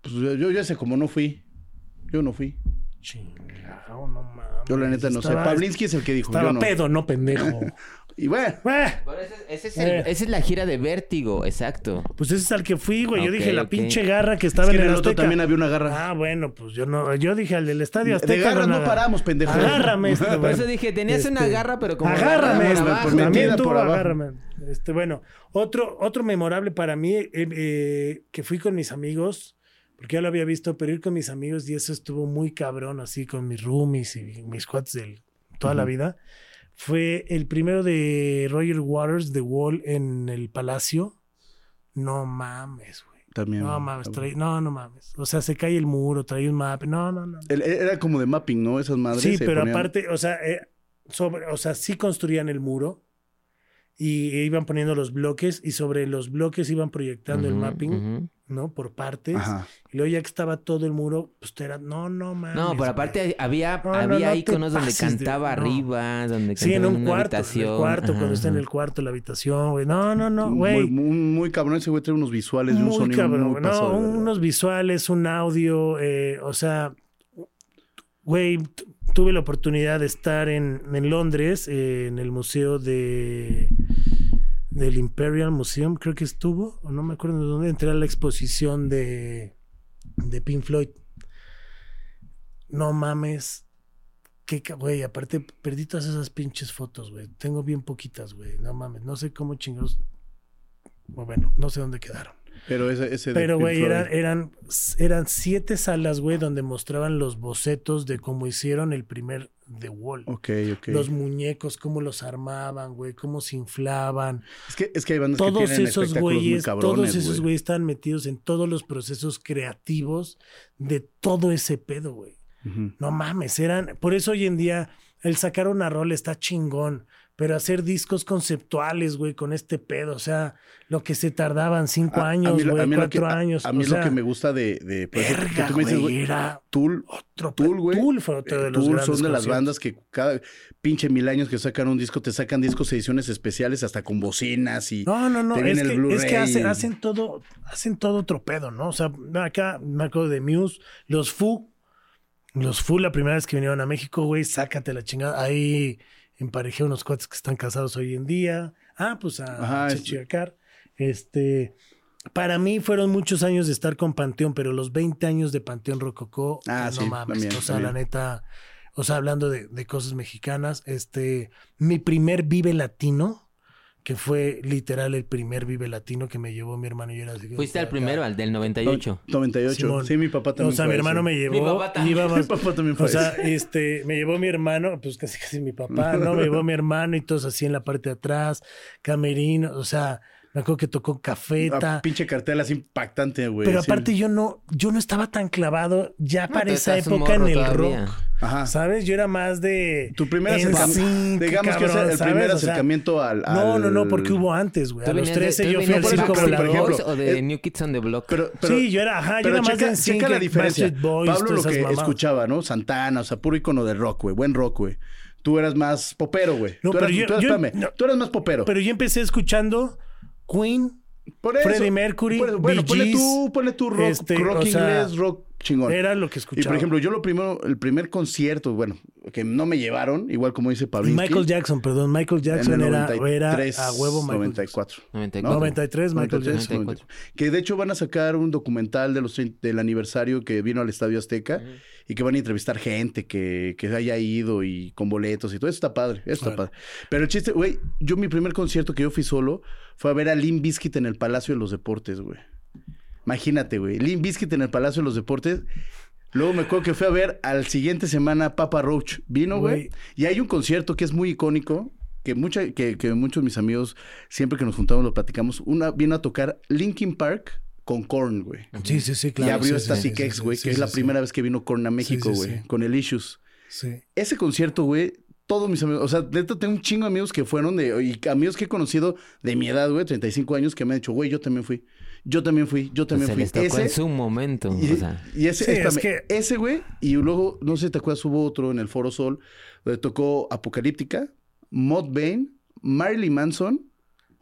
Speaker 5: Pues yo, yo ya sé cómo no fui. Yo no fui.
Speaker 7: Chingado, no mames.
Speaker 5: Yo la neta no
Speaker 7: Pues Estaba-
Speaker 5: sé. Pablinsky es el que dijo.
Speaker 7: Estaba
Speaker 5: yo no.
Speaker 7: pedo,
Speaker 5: (laughs)
Speaker 7: no pendejo.
Speaker 5: Y bueno,
Speaker 7: Güey,
Speaker 3: Pero ese- ese es el-
Speaker 7: Eh.
Speaker 3: Esa es la gira de Vértigo, exacto.
Speaker 7: pues ese es al que fui, güey. Yo
Speaker 3: Ok,
Speaker 7: dije la
Speaker 3: ok.
Speaker 7: pinche garra que
Speaker 5: es
Speaker 7: estaba
Speaker 5: que en
Speaker 7: en
Speaker 5: el
Speaker 7: el
Speaker 5: otro
Speaker 7: Azteca.
Speaker 5: también había una garra.
Speaker 7: Ah, bueno, pues yo no, yo dije al del Estadio
Speaker 5: De
Speaker 7: Azteca.
Speaker 5: garras
Speaker 7: don
Speaker 5: no
Speaker 7: Aga-
Speaker 5: paramos, pendejo. (laughs)
Speaker 7: Agárrame este,
Speaker 3: Por
Speaker 7: güey.
Speaker 3: eso dije, tenías una
Speaker 7: Este,
Speaker 3: garra, pero como...
Speaker 7: agárrame,
Speaker 5: Agárrame,
Speaker 7: esta,
Speaker 5: abajo.
Speaker 7: también
Speaker 5: metida
Speaker 7: tú
Speaker 5: por abajo.
Speaker 7: agárrame. Este, bueno, otro, otro memorable para mí, eh, eh, que fui con mis amigos, porque ya lo había visto, pero ir con mis amigos y eso estuvo muy cabrón, así con mis roomies y mis cuates de toda la vida, fue el primero de Roger Waters, The Wall, en el Palacio. No mames, güey.
Speaker 5: También.
Speaker 7: No mames, trae- no, no mames. O sea, se cae el muro, trae un mapa. No, no, no. no.
Speaker 5: El- e, era como de mapping, ¿no? Esas madres.
Speaker 7: Sí,
Speaker 5: se
Speaker 7: pero
Speaker 5: ponían-
Speaker 7: aparte, o sea, eh, sobre, o sea, sí construían el muro y iban poniendo los bloques y sobre los bloques iban proyectando el
Speaker 3: Ujú,
Speaker 7: mapping,
Speaker 3: ujú.
Speaker 7: ¿no? Por partes.
Speaker 5: Ajá.
Speaker 7: Y luego ya que estaba todo el muro, pues te era, no, no, mames.
Speaker 3: No, pero
Speaker 7: güey".
Speaker 3: aparte había,
Speaker 7: No, no,
Speaker 3: había
Speaker 7: no te
Speaker 3: iconos donde
Speaker 7: pases de-
Speaker 3: cantaba
Speaker 7: no.
Speaker 3: arriba, donde
Speaker 7: Sí, en
Speaker 3: cantaba
Speaker 7: un
Speaker 3: una
Speaker 7: cuarto, en el
Speaker 3: habitación.
Speaker 7: cuarto,
Speaker 3: Ajá,
Speaker 7: cuando está en
Speaker 3: ajá.
Speaker 7: el cuarto, la habitación, güey. No, no, no,
Speaker 5: Muy,
Speaker 7: güey.
Speaker 5: muy, muy cabrón ese güey trae unos visuales de un
Speaker 7: Muy
Speaker 5: sonido
Speaker 7: cabrón,
Speaker 5: muy pasado
Speaker 7: no,
Speaker 5: de verga.
Speaker 7: unos visuales, un audio, eh, o sea, güey, t- tuve la oportunidad de estar en, en Londres, eh, en el museo de del Imperial Museum, creo que estuvo, o no me acuerdo de dónde, entré a la exposición de, de Pink Floyd. No mames. Qué, ca- güey, aparte perdí todas esas pinches fotos, güey. Tengo bien poquitas, güey. No mames, no sé cómo chingados. o Bueno, no sé dónde quedaron.
Speaker 5: Pero ese, ese de
Speaker 7: Pero,
Speaker 5: Pink
Speaker 7: güey,
Speaker 5: Floyd.
Speaker 7: eran, eran, eran siete salas, güey, donde mostraban los bocetos de cómo hicieron el primer The Wall.
Speaker 5: Ok, ok.
Speaker 7: Los muñecos, cómo los armaban, güey, cómo se inflaban.
Speaker 5: Es, que, es que hay bandas que
Speaker 7: Todos
Speaker 5: tienen
Speaker 7: esos
Speaker 5: espectáculos muy
Speaker 7: güeyes,
Speaker 5: cabrones,
Speaker 7: todos esos
Speaker 5: güey.
Speaker 7: güeyes están metidos en todos los procesos creativos de todo ese pedo, güey.
Speaker 5: Ujú.
Speaker 7: No mames, eran. Por eso hoy en día el sacar una rola está chingón. Pero hacer discos conceptuales, güey, con este pedo. O sea, lo que se tardaban cinco
Speaker 5: A- a
Speaker 7: años,
Speaker 5: mí lo- a
Speaker 7: güey,
Speaker 5: mí lo que-
Speaker 7: cuatro
Speaker 5: a-
Speaker 7: años.
Speaker 5: A mí
Speaker 7: o
Speaker 5: lo
Speaker 7: sea,
Speaker 5: que me gusta de... de por eso que
Speaker 7: verga,
Speaker 5: tú me dices,
Speaker 7: güey,
Speaker 5: güey,
Speaker 7: era
Speaker 5: Tool,
Speaker 7: otro pe-
Speaker 5: Tool, güey. Eh,
Speaker 7: Tool fue otro de
Speaker 5: Tool
Speaker 7: los
Speaker 5: son
Speaker 7: grandes
Speaker 5: de las
Speaker 7: conciertos.
Speaker 5: bandas que cada pinche mil años que sacan un disco, te sacan discos, ediciones especiales, hasta con bocinas y...
Speaker 7: No, no, no.
Speaker 5: Te viene
Speaker 7: Es
Speaker 5: el
Speaker 7: que,
Speaker 5: Blu-ray.
Speaker 7: es que hacen, hacen todo, hacen todo otro pedo, ¿no? O sea, acá me acuerdo de Muse, los Fu, los Fu, la primera vez que vinieron a México, güey, sácate la chingada. Ahí emparejé unos cuates que están casados hoy en día. Ah, pues a
Speaker 5: Ajá, es-
Speaker 7: Chichiacar. Este. Para mí fueron muchos años de estar con Panteón, pero los 20 años de Panteón Rococó,
Speaker 5: Ah,
Speaker 7: no
Speaker 5: sí,
Speaker 7: mames.
Speaker 5: también,
Speaker 7: o sea,
Speaker 5: también.
Speaker 7: la neta, o sea, hablando de, de cosas mexicanas, este, mi primer Vive Latino, que fue literal el primer Vive Latino que me llevó mi hermano y yo era así.
Speaker 3: Fuiste al
Speaker 7: acá.
Speaker 3: primero, al del 98.
Speaker 5: 98.
Speaker 7: Simón.
Speaker 5: Sí, mi papá también
Speaker 7: O sea,
Speaker 5: fue
Speaker 7: mi
Speaker 5: a
Speaker 7: hermano
Speaker 5: ese.
Speaker 7: me llevó.
Speaker 3: Mi papá también.
Speaker 5: (laughs) Mi
Speaker 7: íbamos-
Speaker 5: papá también fue
Speaker 7: o
Speaker 5: a
Speaker 7: sea,
Speaker 5: ese.
Speaker 7: este, me llevó mi hermano, pues casi casi
Speaker 5: (laughs)
Speaker 7: mi papá, ¿no? Me llevó mi hermano y todos así en la parte de atrás, camerino, o sea, me acuerdo que tocó cafeta.
Speaker 5: Ah, pinche cartel así impactante, güey.
Speaker 7: Pero
Speaker 5: así.
Speaker 7: aparte yo no, yo no estaba tan clavado ya
Speaker 3: No,
Speaker 7: para
Speaker 3: tú
Speaker 7: esa
Speaker 3: estás un
Speaker 7: época en
Speaker 3: morro
Speaker 7: el
Speaker 3: todavía.
Speaker 7: rock.
Speaker 5: Ajá.
Speaker 7: ¿Sabes? Yo era más de.
Speaker 5: Tu primer
Speaker 7: NSYNC,
Speaker 5: acercamiento. Digamos que
Speaker 7: cabrón,
Speaker 5: es el
Speaker 7: ¿sabes?
Speaker 5: primer
Speaker 7: O sea,
Speaker 5: acercamiento al, al-
Speaker 7: No, no, no, porque hubo antes, güey.
Speaker 3: ¿Tú
Speaker 7: A los
Speaker 3: venías de-
Speaker 7: 13
Speaker 3: tú
Speaker 7: yo fui
Speaker 3: venías
Speaker 7: al
Speaker 3: de
Speaker 5: Backstreet Boys,
Speaker 7: circo
Speaker 5: por
Speaker 7: volador.
Speaker 5: ejemplo.
Speaker 3: o de
Speaker 5: eh,
Speaker 3: New Kids on the Block?
Speaker 5: Pero, pero,
Speaker 7: sí, yo era, ajá, yo
Speaker 5: pero
Speaker 7: era más
Speaker 5: checa,
Speaker 7: de
Speaker 5: checa la diferencia. Pablo lo que escuchaba, ¿no? Santana, o sea, puro icono del rock, güey. Buen rock, güey. Tú eras más popero, güey.
Speaker 7: No,
Speaker 5: tú,
Speaker 7: pero
Speaker 5: eras,
Speaker 7: yo-
Speaker 5: tú eras-
Speaker 7: yo-
Speaker 5: espérame,
Speaker 7: no.
Speaker 5: tú eras más popero.
Speaker 7: Pero yo empecé escuchando Queen,
Speaker 5: Por eso-
Speaker 7: Freddie Mercury,
Speaker 5: por eso, bueno,
Speaker 7: Bee
Speaker 5: ponle tú,
Speaker 7: Gees,
Speaker 5: ponle tú rock,
Speaker 7: este,
Speaker 5: rock
Speaker 7: o sea,
Speaker 5: inglés, rock chingón.
Speaker 7: era lo
Speaker 5: y
Speaker 7: que escuchaba.
Speaker 5: por ejemplo, yo lo primero, el primer concierto, bueno, que no me llevaron, igual como dice Pablo.
Speaker 7: Michael Jackson, perdón, Michael Jackson era, era a huevo Michael
Speaker 5: 94.
Speaker 3: 94.
Speaker 7: 93, Michael
Speaker 5: 93,
Speaker 3: Jackson.
Speaker 5: 94. Que de hecho van a sacar un documental de los, trein- del aniversario que vino al Estadio Azteca y que van a entrevistar gente que, que haya ido y con boletos y todo. Eso está padre, eso está
Speaker 7: Claro.
Speaker 5: padre. Pero el chiste, güey, yo mi primer concierto que yo fui solo fue a ver a Lim Biscuit en el Palacio de los Deportes, güey. Imagínate, güey. Lim Biscuit en el Palacio de los Deportes. Luego me acuerdo que fui a ver al siguiente semana a Papa Roach. Vino, güey.
Speaker 7: Güey.
Speaker 5: Y hay un concierto que es muy icónico, que, mucha, que, que muchos de mis amigos, siempre que nos juntamos, lo platicamos. Una vino a tocar Linkin Park con Korn, güey.
Speaker 7: Sí, sí, sí,
Speaker 5: Y
Speaker 7: claro.
Speaker 5: abrió
Speaker 7: sí,
Speaker 5: esta
Speaker 7: sí, sí,
Speaker 5: X,
Speaker 7: sí,
Speaker 5: güey,
Speaker 7: sí,
Speaker 5: que es
Speaker 7: sí,
Speaker 5: la
Speaker 7: sí.
Speaker 5: primera vez que vino Korn a México,
Speaker 7: sí,
Speaker 5: güey,
Speaker 7: sí.
Speaker 5: con el Issues.
Speaker 7: Sí.
Speaker 5: Ese concierto, güey, todos mis amigos, o sea, neta, tengo un chingo de amigos que fueron de, y amigos que he conocido de mi edad, güey, 35 años, que me han dicho, güey, yo también fui, yo también fui, yo
Speaker 3: Pues
Speaker 5: también
Speaker 3: se les
Speaker 5: fui.
Speaker 3: tocó
Speaker 5: Ese,
Speaker 3: en su momento.
Speaker 5: y,
Speaker 3: o sea.
Speaker 5: y ese,
Speaker 7: Sí, es
Speaker 5: espérame,
Speaker 7: que-
Speaker 5: ese, güey, y luego, no sé si te acuerdas, hubo otro en el Foro Sol, donde tocó Apocalíptica, Mod Bane, Marilyn Manson,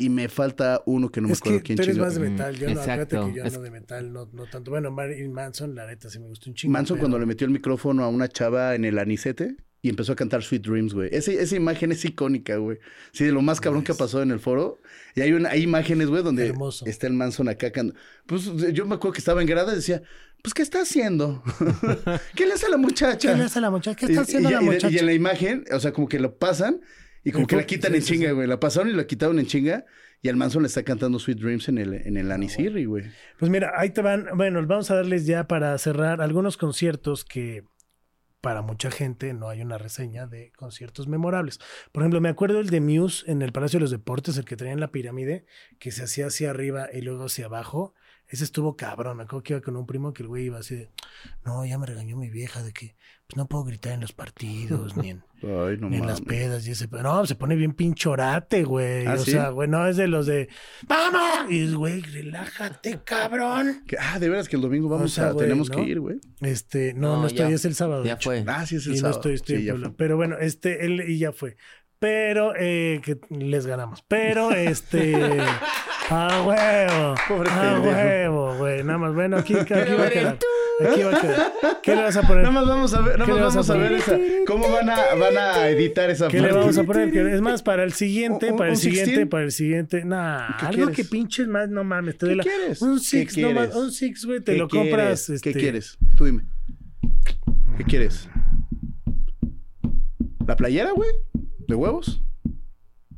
Speaker 5: y me falta uno que no me
Speaker 7: es
Speaker 5: acuerdo
Speaker 7: que
Speaker 5: quién
Speaker 7: tú eres
Speaker 5: chinga.
Speaker 7: más de
Speaker 3: Mm,
Speaker 7: metal, yo no, acuérdate
Speaker 3: exacto.
Speaker 7: que yo
Speaker 3: Es-
Speaker 7: no de metal, no, no tanto. Bueno, Marilyn Manson, la neta, sí me gustó un chingo.
Speaker 5: Manson
Speaker 7: pero-
Speaker 5: cuando le metió el micrófono a una chava en el anicete y empezó a cantar Sweet Dreams, güey. Ese- esa imagen es icónica, güey. Sí, de lo más cabrón que ha pasado en el foro. Y hay, una, hay imágenes, güey, donde
Speaker 7: Hermoso.
Speaker 5: está el Manson acá cantando. Pues yo me acuerdo que estaba en grada y decía, pues, ¿qué está haciendo? (laughs) ¿Qué le hace a la muchacha?
Speaker 7: ¿Qué le hace a la muchacha? ¿Qué
Speaker 5: Y-
Speaker 7: está haciendo
Speaker 5: y,
Speaker 7: la
Speaker 5: y-
Speaker 7: muchacha?
Speaker 5: Y, en la imagen, o sea, como que lo pasan y como
Speaker 7: Y
Speaker 5: que la
Speaker 7: pum,
Speaker 5: quitan
Speaker 7: sí,
Speaker 5: en
Speaker 7: sí,
Speaker 5: chinga,
Speaker 7: sí.
Speaker 5: güey. La pasaron y la quitaron en chinga. Y al Manson le está cantando Sweet Dreams en el, en el Anisirri, güey.
Speaker 7: Pues mira, ahí te van. Bueno, vamos a darles ya para cerrar algunos conciertos que para mucha gente no hay una reseña de conciertos memorables. Por ejemplo, me acuerdo el de Muse en el Palacio de los Deportes, el que tenía en la pirámide, que se hacía hacia arriba y luego hacia abajo. Ese estuvo cabrón. Me acuerdo que iba con un primo que el güey iba así de, no, ya me regañó mi vieja de que pues no puedo gritar en los partidos, ni en,
Speaker 5: Ay, no
Speaker 7: ni en
Speaker 5: mames.
Speaker 7: las pedas. Y ese, no, se pone bien pinchorate, güey.
Speaker 5: ¿Ah,
Speaker 7: o
Speaker 5: sí?
Speaker 7: sea, güey, no es de los de, ¡vamos! Y es, güey, relájate, cabrón.
Speaker 5: Que- ah, de veras que el domingo vamos
Speaker 7: O sea,
Speaker 5: a,
Speaker 7: güey,
Speaker 5: tenemos
Speaker 7: ¿no?
Speaker 5: que ir, güey.
Speaker 7: Este, no, no,
Speaker 3: ya-
Speaker 7: estoy, es el sábado. de
Speaker 3: Ya
Speaker 7: hecho.
Speaker 3: fue.
Speaker 5: Ah, sí, es el
Speaker 7: y no
Speaker 5: sábado.
Speaker 7: estoy, estoy
Speaker 5: Sí,
Speaker 7: en
Speaker 5: ya
Speaker 7: Puebla.
Speaker 5: fue.
Speaker 7: Pero bueno, este, él y ya fue. Pero, eh, que les ganamos.
Speaker 5: (laughs)
Speaker 7: Pero, este. ¡A huevo!
Speaker 5: Pobre
Speaker 7: ¡A
Speaker 5: pendejo.
Speaker 7: huevo, güey! Nada más, bueno, aquí, aquí va a quedar. Aquí va a quedar. ¿Qué le vas a poner?
Speaker 5: Nada más vamos a ver, nada
Speaker 7: ¿Qué
Speaker 5: más
Speaker 7: le vas a
Speaker 5: vamos a ver esa.
Speaker 7: poner?
Speaker 5: ¿Cómo van a, van a editar esa
Speaker 7: ¿Qué le
Speaker 5: parte?
Speaker 7: vamos a poner? Que- Es más, para el siguiente,
Speaker 5: ¿Un- un-
Speaker 7: para el
Speaker 5: un
Speaker 7: siguiente,
Speaker 5: 16?
Speaker 7: para el siguiente. Nah,
Speaker 5: ¿Qué
Speaker 7: algo
Speaker 5: quieres?
Speaker 7: que pinches más, no mames. Te
Speaker 5: ¿Qué
Speaker 7: doy la-
Speaker 5: quieres?
Speaker 7: Un
Speaker 5: ¿Qué
Speaker 7: six, no
Speaker 5: quieres?
Speaker 7: mames, un six, güey, te
Speaker 5: ¿Qué
Speaker 7: lo
Speaker 5: quieres?
Speaker 7: compras.
Speaker 5: ¿Qué
Speaker 7: este,
Speaker 5: quieres? Tú dime. ¿Qué quieres? ¿La playera, güey? ¿De huevos?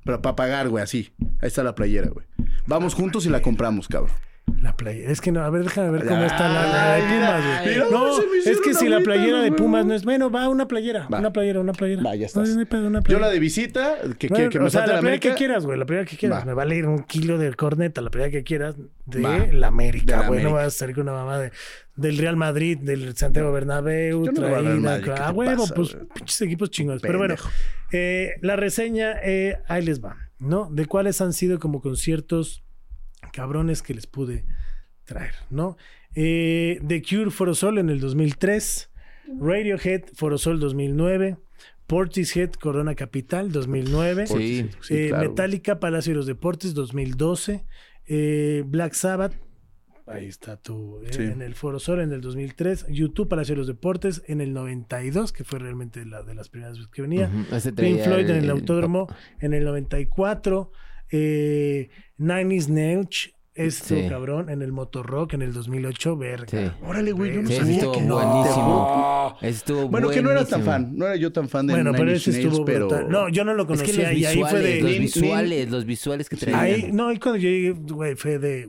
Speaker 5: Pero para pagar, güey, así. Ahí está la playera, güey. Vamos juntos y la compramos, cabrón.
Speaker 7: La playera. Es que no, a ver, déjame ver cómo está la, la
Speaker 5: Ay,
Speaker 7: de
Speaker 5: Ah, mira,
Speaker 7: Pumas, güey.
Speaker 5: mira,
Speaker 7: No,
Speaker 5: se me
Speaker 7: es
Speaker 5: hicieron
Speaker 7: que si la
Speaker 5: agüita,
Speaker 7: playera de
Speaker 5: güey.
Speaker 7: Pumas no es. Bueno, va una playera.
Speaker 5: Va.
Speaker 7: Una playera, una playera.
Speaker 5: Va, ya estás.
Speaker 7: No, no hay pedo, una
Speaker 5: Yo
Speaker 7: playera.
Speaker 5: la de visita, que, que,
Speaker 7: Bueno,
Speaker 5: que
Speaker 7: o
Speaker 5: me
Speaker 7: sea,
Speaker 5: salte
Speaker 7: la
Speaker 5: la
Speaker 7: playera
Speaker 5: América.
Speaker 7: que quieras, güey, la playera que quieras.
Speaker 5: Va.
Speaker 7: Me vale ir un kilo de corneta, la playera que quieras de
Speaker 5: Va.
Speaker 7: la América,
Speaker 5: De la
Speaker 7: güey. No
Speaker 5: América.
Speaker 7: vas a salir con una mamá de, del Real Madrid, del Santiago Bernabéu,
Speaker 5: Yo no le voy al Real
Speaker 7: traída.
Speaker 5: Madrid, ¿qué
Speaker 7: acá.
Speaker 5: te
Speaker 7: Ah, huevo,
Speaker 5: pasa,
Speaker 7: pues
Speaker 5: güey?
Speaker 7: pinches equipos chingados. Pero bueno,
Speaker 5: Pendejo.
Speaker 7: eh, la reseña, eh, ahí les va, ¿no? De cuáles han sido como conciertos cabrones que les pude traer, ¿no? Eh, The Cure Forosol en el 2003, Radiohead Forosol 2009, Portishead Corona Capital 2009,
Speaker 3: Sí.
Speaker 5: Sí,
Speaker 7: eh,
Speaker 5: claro, güey.
Speaker 7: Metallica Palacio de los Deportes 2012, eh, Black Sabbath. Ahí está tú, eh,
Speaker 5: Sí.
Speaker 7: en el Foro Sol en el 2003, YouTube Palacio de los Deportes en el 92, que fue realmente la de las primeras veces que venía,
Speaker 3: Ujú, ese
Speaker 7: Pink
Speaker 3: traía
Speaker 7: Floyd en el
Speaker 3: el-
Speaker 7: Autódromo en el 94, eh, Nine Inch Nails, esto
Speaker 3: Sí.
Speaker 7: cabrón, en el Motorrock en el 2008, verga.
Speaker 3: Sí.
Speaker 5: Órale, güey, yo no
Speaker 7: Sí,
Speaker 5: sabía
Speaker 3: estuvo
Speaker 5: que no.
Speaker 3: buenísimo. Estuvo
Speaker 5: Bueno, que no era tan
Speaker 3: buenísimo.
Speaker 5: fan. No era yo tan fan de
Speaker 7: Bueno, pero
Speaker 5: Nine Inch
Speaker 7: ese estuvo
Speaker 5: Nails, pero...
Speaker 7: brutal. No, yo no lo
Speaker 3: Es
Speaker 7: conocía
Speaker 3: que los
Speaker 7: y ahí fue
Speaker 3: visuales,
Speaker 7: de...
Speaker 3: los
Speaker 5: Nin-
Speaker 3: visuales, los visuales que traían.
Speaker 7: Ahí, no, y cuando yo llegué, güey, fue de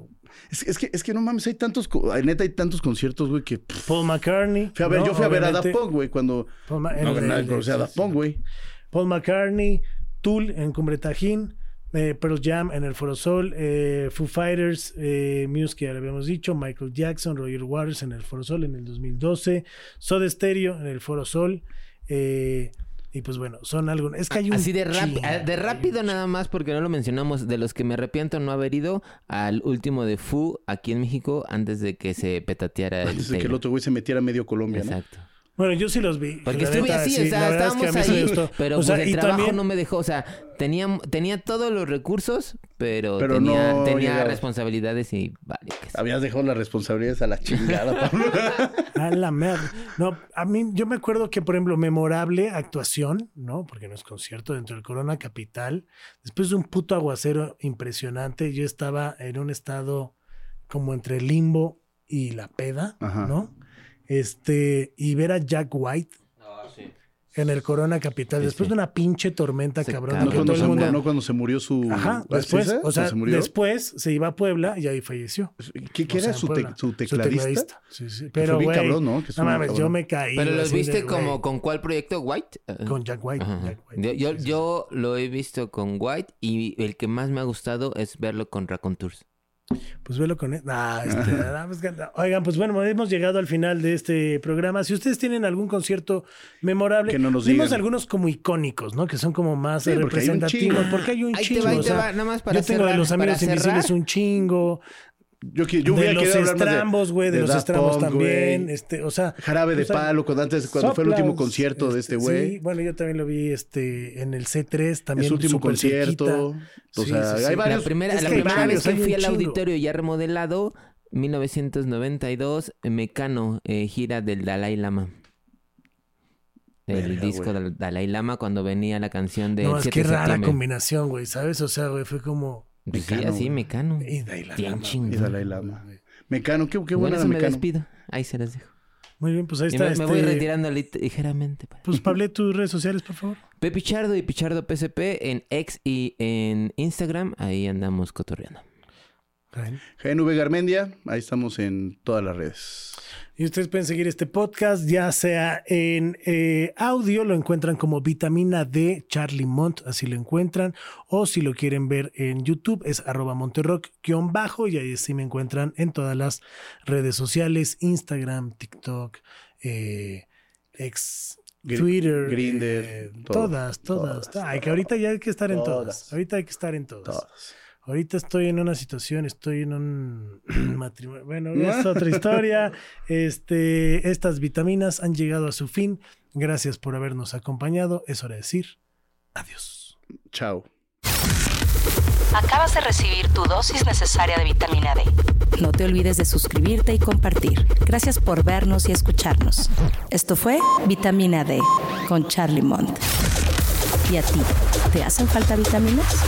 Speaker 5: Es, es que, es que no mames, hay tantos... co- ay, Neta, hay tantos conciertos, güey, que... pff,
Speaker 7: Paul McCartney.
Speaker 5: Fui a ver,
Speaker 7: ¿no?
Speaker 5: yo fui a ver a Daft
Speaker 7: Obviamente,
Speaker 5: Punk, güey, cuando...
Speaker 7: Paul Ma-
Speaker 5: No,
Speaker 7: el- Este,
Speaker 5: nadie
Speaker 7: el-
Speaker 5: conocía a Daft Punk, güey.
Speaker 7: Paul McCartney, Tool en Cumbre Tajín, eh, Pearl Jam en el Foro Sol, eh, Foo Fighters, eh, Muse, que ya lo habíamos dicho, Michael Jackson, Roger Waters en el Foro Sol en el 2012, Soda Stereo en el Foro Sol. eh, y pues bueno, son algo. Es que hay un.
Speaker 3: Así de, rap-
Speaker 7: chingo,
Speaker 3: ah, de rápido nada más, porque no lo mencionamos, de los que me arrepiento no haber ido al último de Fu aquí en México antes de que se petateara el
Speaker 5: Antes de que el
Speaker 3: Taylor.
Speaker 5: otro güey se metiera a medio Colombia, ¿no?
Speaker 3: Exacto.
Speaker 7: Bueno, yo sí los vi.
Speaker 3: Porque
Speaker 7: la
Speaker 3: estuve
Speaker 7: neta,
Speaker 3: así,
Speaker 7: sí,
Speaker 3: o
Speaker 7: la
Speaker 3: sea,
Speaker 7: verdad es que
Speaker 3: estábamos
Speaker 7: a mí sí me
Speaker 3: ahí,
Speaker 7: gustó.
Speaker 3: pero
Speaker 7: O sea,
Speaker 3: pues
Speaker 7: y
Speaker 3: el trabajo
Speaker 7: también-
Speaker 3: no me dejó, o sea, tenía, tenía todos los recursos, pero,
Speaker 5: Pero
Speaker 3: tenía,
Speaker 5: no
Speaker 3: tenía
Speaker 5: llegaba.
Speaker 3: responsabilidades y vale. que sí.
Speaker 5: Habías dejado las responsabilidades a la chingada,
Speaker 7: (laughs)
Speaker 5: Pablo.
Speaker 7: A la merda. No, a mí, yo me acuerdo que, por ejemplo, memorable actuación, ¿no? Porque no es concierto dentro del Corona Capital. Después de un puto aguacero impresionante, yo estaba en un estado como entre el limbo y la peda,
Speaker 5: Ajá.
Speaker 7: ¿no? Este, y ver a Jack White. En el Corona Capital,
Speaker 3: Sí,
Speaker 7: después
Speaker 3: sí.
Speaker 7: de una pinche tormenta,
Speaker 3: Se
Speaker 7: cabrón,
Speaker 3: cagó.
Speaker 5: no,
Speaker 7: que
Speaker 5: cuando
Speaker 7: todo el
Speaker 5: se,
Speaker 7: mundo.
Speaker 5: no cuando se murió su... ¿Ah,
Speaker 7: Ajá, después,
Speaker 5: César?
Speaker 7: o sea,
Speaker 5: ¿Se murió?
Speaker 7: después se iba a Puebla y ahí falleció.
Speaker 5: ¿Qué, qué
Speaker 7: O sea,
Speaker 5: era
Speaker 7: en
Speaker 5: su, te-
Speaker 7: Puebla.
Speaker 5: su tecladista?
Speaker 7: Sí, sí.
Speaker 5: Que
Speaker 7: Pero,
Speaker 5: fue bien
Speaker 7: güey,
Speaker 5: cabrón, ¿no? Que
Speaker 7: no
Speaker 5: estuvo bien
Speaker 7: mames, yo
Speaker 5: cabrón.
Speaker 7: me caí.
Speaker 3: Pero los
Speaker 7: así de,
Speaker 3: viste
Speaker 7: güey,
Speaker 3: como con cuál proyecto, White. Eh,
Speaker 7: con Jack White.
Speaker 3: Ajá.
Speaker 7: Jack White,
Speaker 3: Yo, yo,
Speaker 7: sí, sí.
Speaker 3: yo lo he visto con White y el que más me ha gustado es verlo con Raccoon Tours.
Speaker 7: Pues velo con él. Nah, este, nah, pues, que- oigan, pues bueno, hemos llegado al final de este programa. Si ustedes tienen algún concierto memorable,
Speaker 5: Que no nos
Speaker 7: dimos
Speaker 5: digan.
Speaker 7: algunos como icónicos, ¿no? Que son como más
Speaker 5: Sí, porque hay un
Speaker 7: representativos.
Speaker 5: chingo.
Speaker 7: porque hay un
Speaker 3: Ahí
Speaker 7: chingo.
Speaker 3: te va, ahí
Speaker 7: o
Speaker 3: te
Speaker 7: sea,
Speaker 3: va. Nada más para
Speaker 7: yo tengo de
Speaker 3: cerrar,
Speaker 7: los amigos
Speaker 3: para cerrar.
Speaker 7: invisibles un chingo.
Speaker 5: Yo, que- yo
Speaker 7: de
Speaker 5: hubiera
Speaker 7: los
Speaker 5: querido hablar más
Speaker 7: estrambos, güey, de, los
Speaker 5: Daft
Speaker 7: estrambos
Speaker 5: Punk,
Speaker 7: también.
Speaker 5: güey.
Speaker 7: Este, o sea,
Speaker 5: Jarabe de
Speaker 7: o sea,
Speaker 5: palo, cuando, antes, cuando fue el
Speaker 7: Soplas,
Speaker 5: último concierto de este güey.
Speaker 7: Sí, bueno, yo también lo vi este, en el C3, también.
Speaker 5: es su último
Speaker 7: súper
Speaker 5: concierto.
Speaker 7: cerquita.
Speaker 5: O
Speaker 7: Sí,
Speaker 5: sea,
Speaker 7: sí, sí.
Speaker 5: hay varios.
Speaker 3: La primera,
Speaker 7: Es
Speaker 3: la
Speaker 7: que hay
Speaker 3: primera
Speaker 7: varios,
Speaker 3: vez que
Speaker 7: hay un
Speaker 3: fui al
Speaker 7: chingo.
Speaker 3: auditorio ya remodelado, 1992, Mecano, eh, gira del Dalai Lama. El
Speaker 5: Verga,
Speaker 3: disco
Speaker 5: güey.
Speaker 3: del Dalai Lama cuando venía la canción de
Speaker 7: No, es
Speaker 3: 7
Speaker 7: que
Speaker 3: de
Speaker 7: rara
Speaker 3: septiembre.
Speaker 7: combinación, güey, ¿sabes? O sea, güey, fue como...
Speaker 3: Pues Sí,
Speaker 5: Mecano,
Speaker 3: así,
Speaker 5: güey.
Speaker 3: Mecano.
Speaker 7: Y de ahí la
Speaker 3: Bien
Speaker 7: lama,
Speaker 3: chingón.
Speaker 5: Y Dalai Lama. Mecano, qué, qué
Speaker 3: Bueno,
Speaker 5: bueno
Speaker 3: eso
Speaker 5: era
Speaker 3: me
Speaker 5: Mecano.
Speaker 3: despido. Ahí se las dejo.
Speaker 7: Muy bien, pues ahí
Speaker 3: Y
Speaker 7: está.
Speaker 3: me, me voy
Speaker 7: este,
Speaker 3: retirando li- ligeramente. para- (laughs)
Speaker 7: Pues Pablo, tus redes sociales, por favor.
Speaker 3: Pe Pichardo y Pichardo PSP en X y en Instagram. Ahí andamos cotorreando.
Speaker 5: GNV Garmendia, ahí estamos en todas las redes.
Speaker 7: Y ustedes pueden seguir este podcast, ya sea en eh, audio, lo encuentran como Vitamina D Charlie Mont, así lo encuentran, o si lo quieren ver en YouTube, es arroba monterrock-bajo, y ahí sí me encuentran en todas las redes sociales, Instagram, TikTok, eh, ex
Speaker 5: Gr-
Speaker 7: Twitter,
Speaker 5: Grindr,
Speaker 7: eh,
Speaker 5: todo.
Speaker 7: todas, todas,
Speaker 5: Todas,
Speaker 7: Ay, que ahorita ya hay que estar en todas.
Speaker 5: Todas.
Speaker 7: Ahorita hay que estar en todas.
Speaker 5: Todas.
Speaker 7: Ahorita estoy en una situación, estoy en un (clears throat) matrimonio. Bueno, es otra historia. Este, estas vitaminas han llegado a su fin. Gracias por habernos acompañado. Es hora de decir adiós.
Speaker 5: Chao.
Speaker 4: Acabas de recibir tu dosis necesaria de vitamina D. No te olvides de suscribirte y compartir. Gracias por vernos y escucharnos. Esto fue Vitamina D con Charlie Mont. ¿Y a ti? ¿Te hacen falta vitaminas?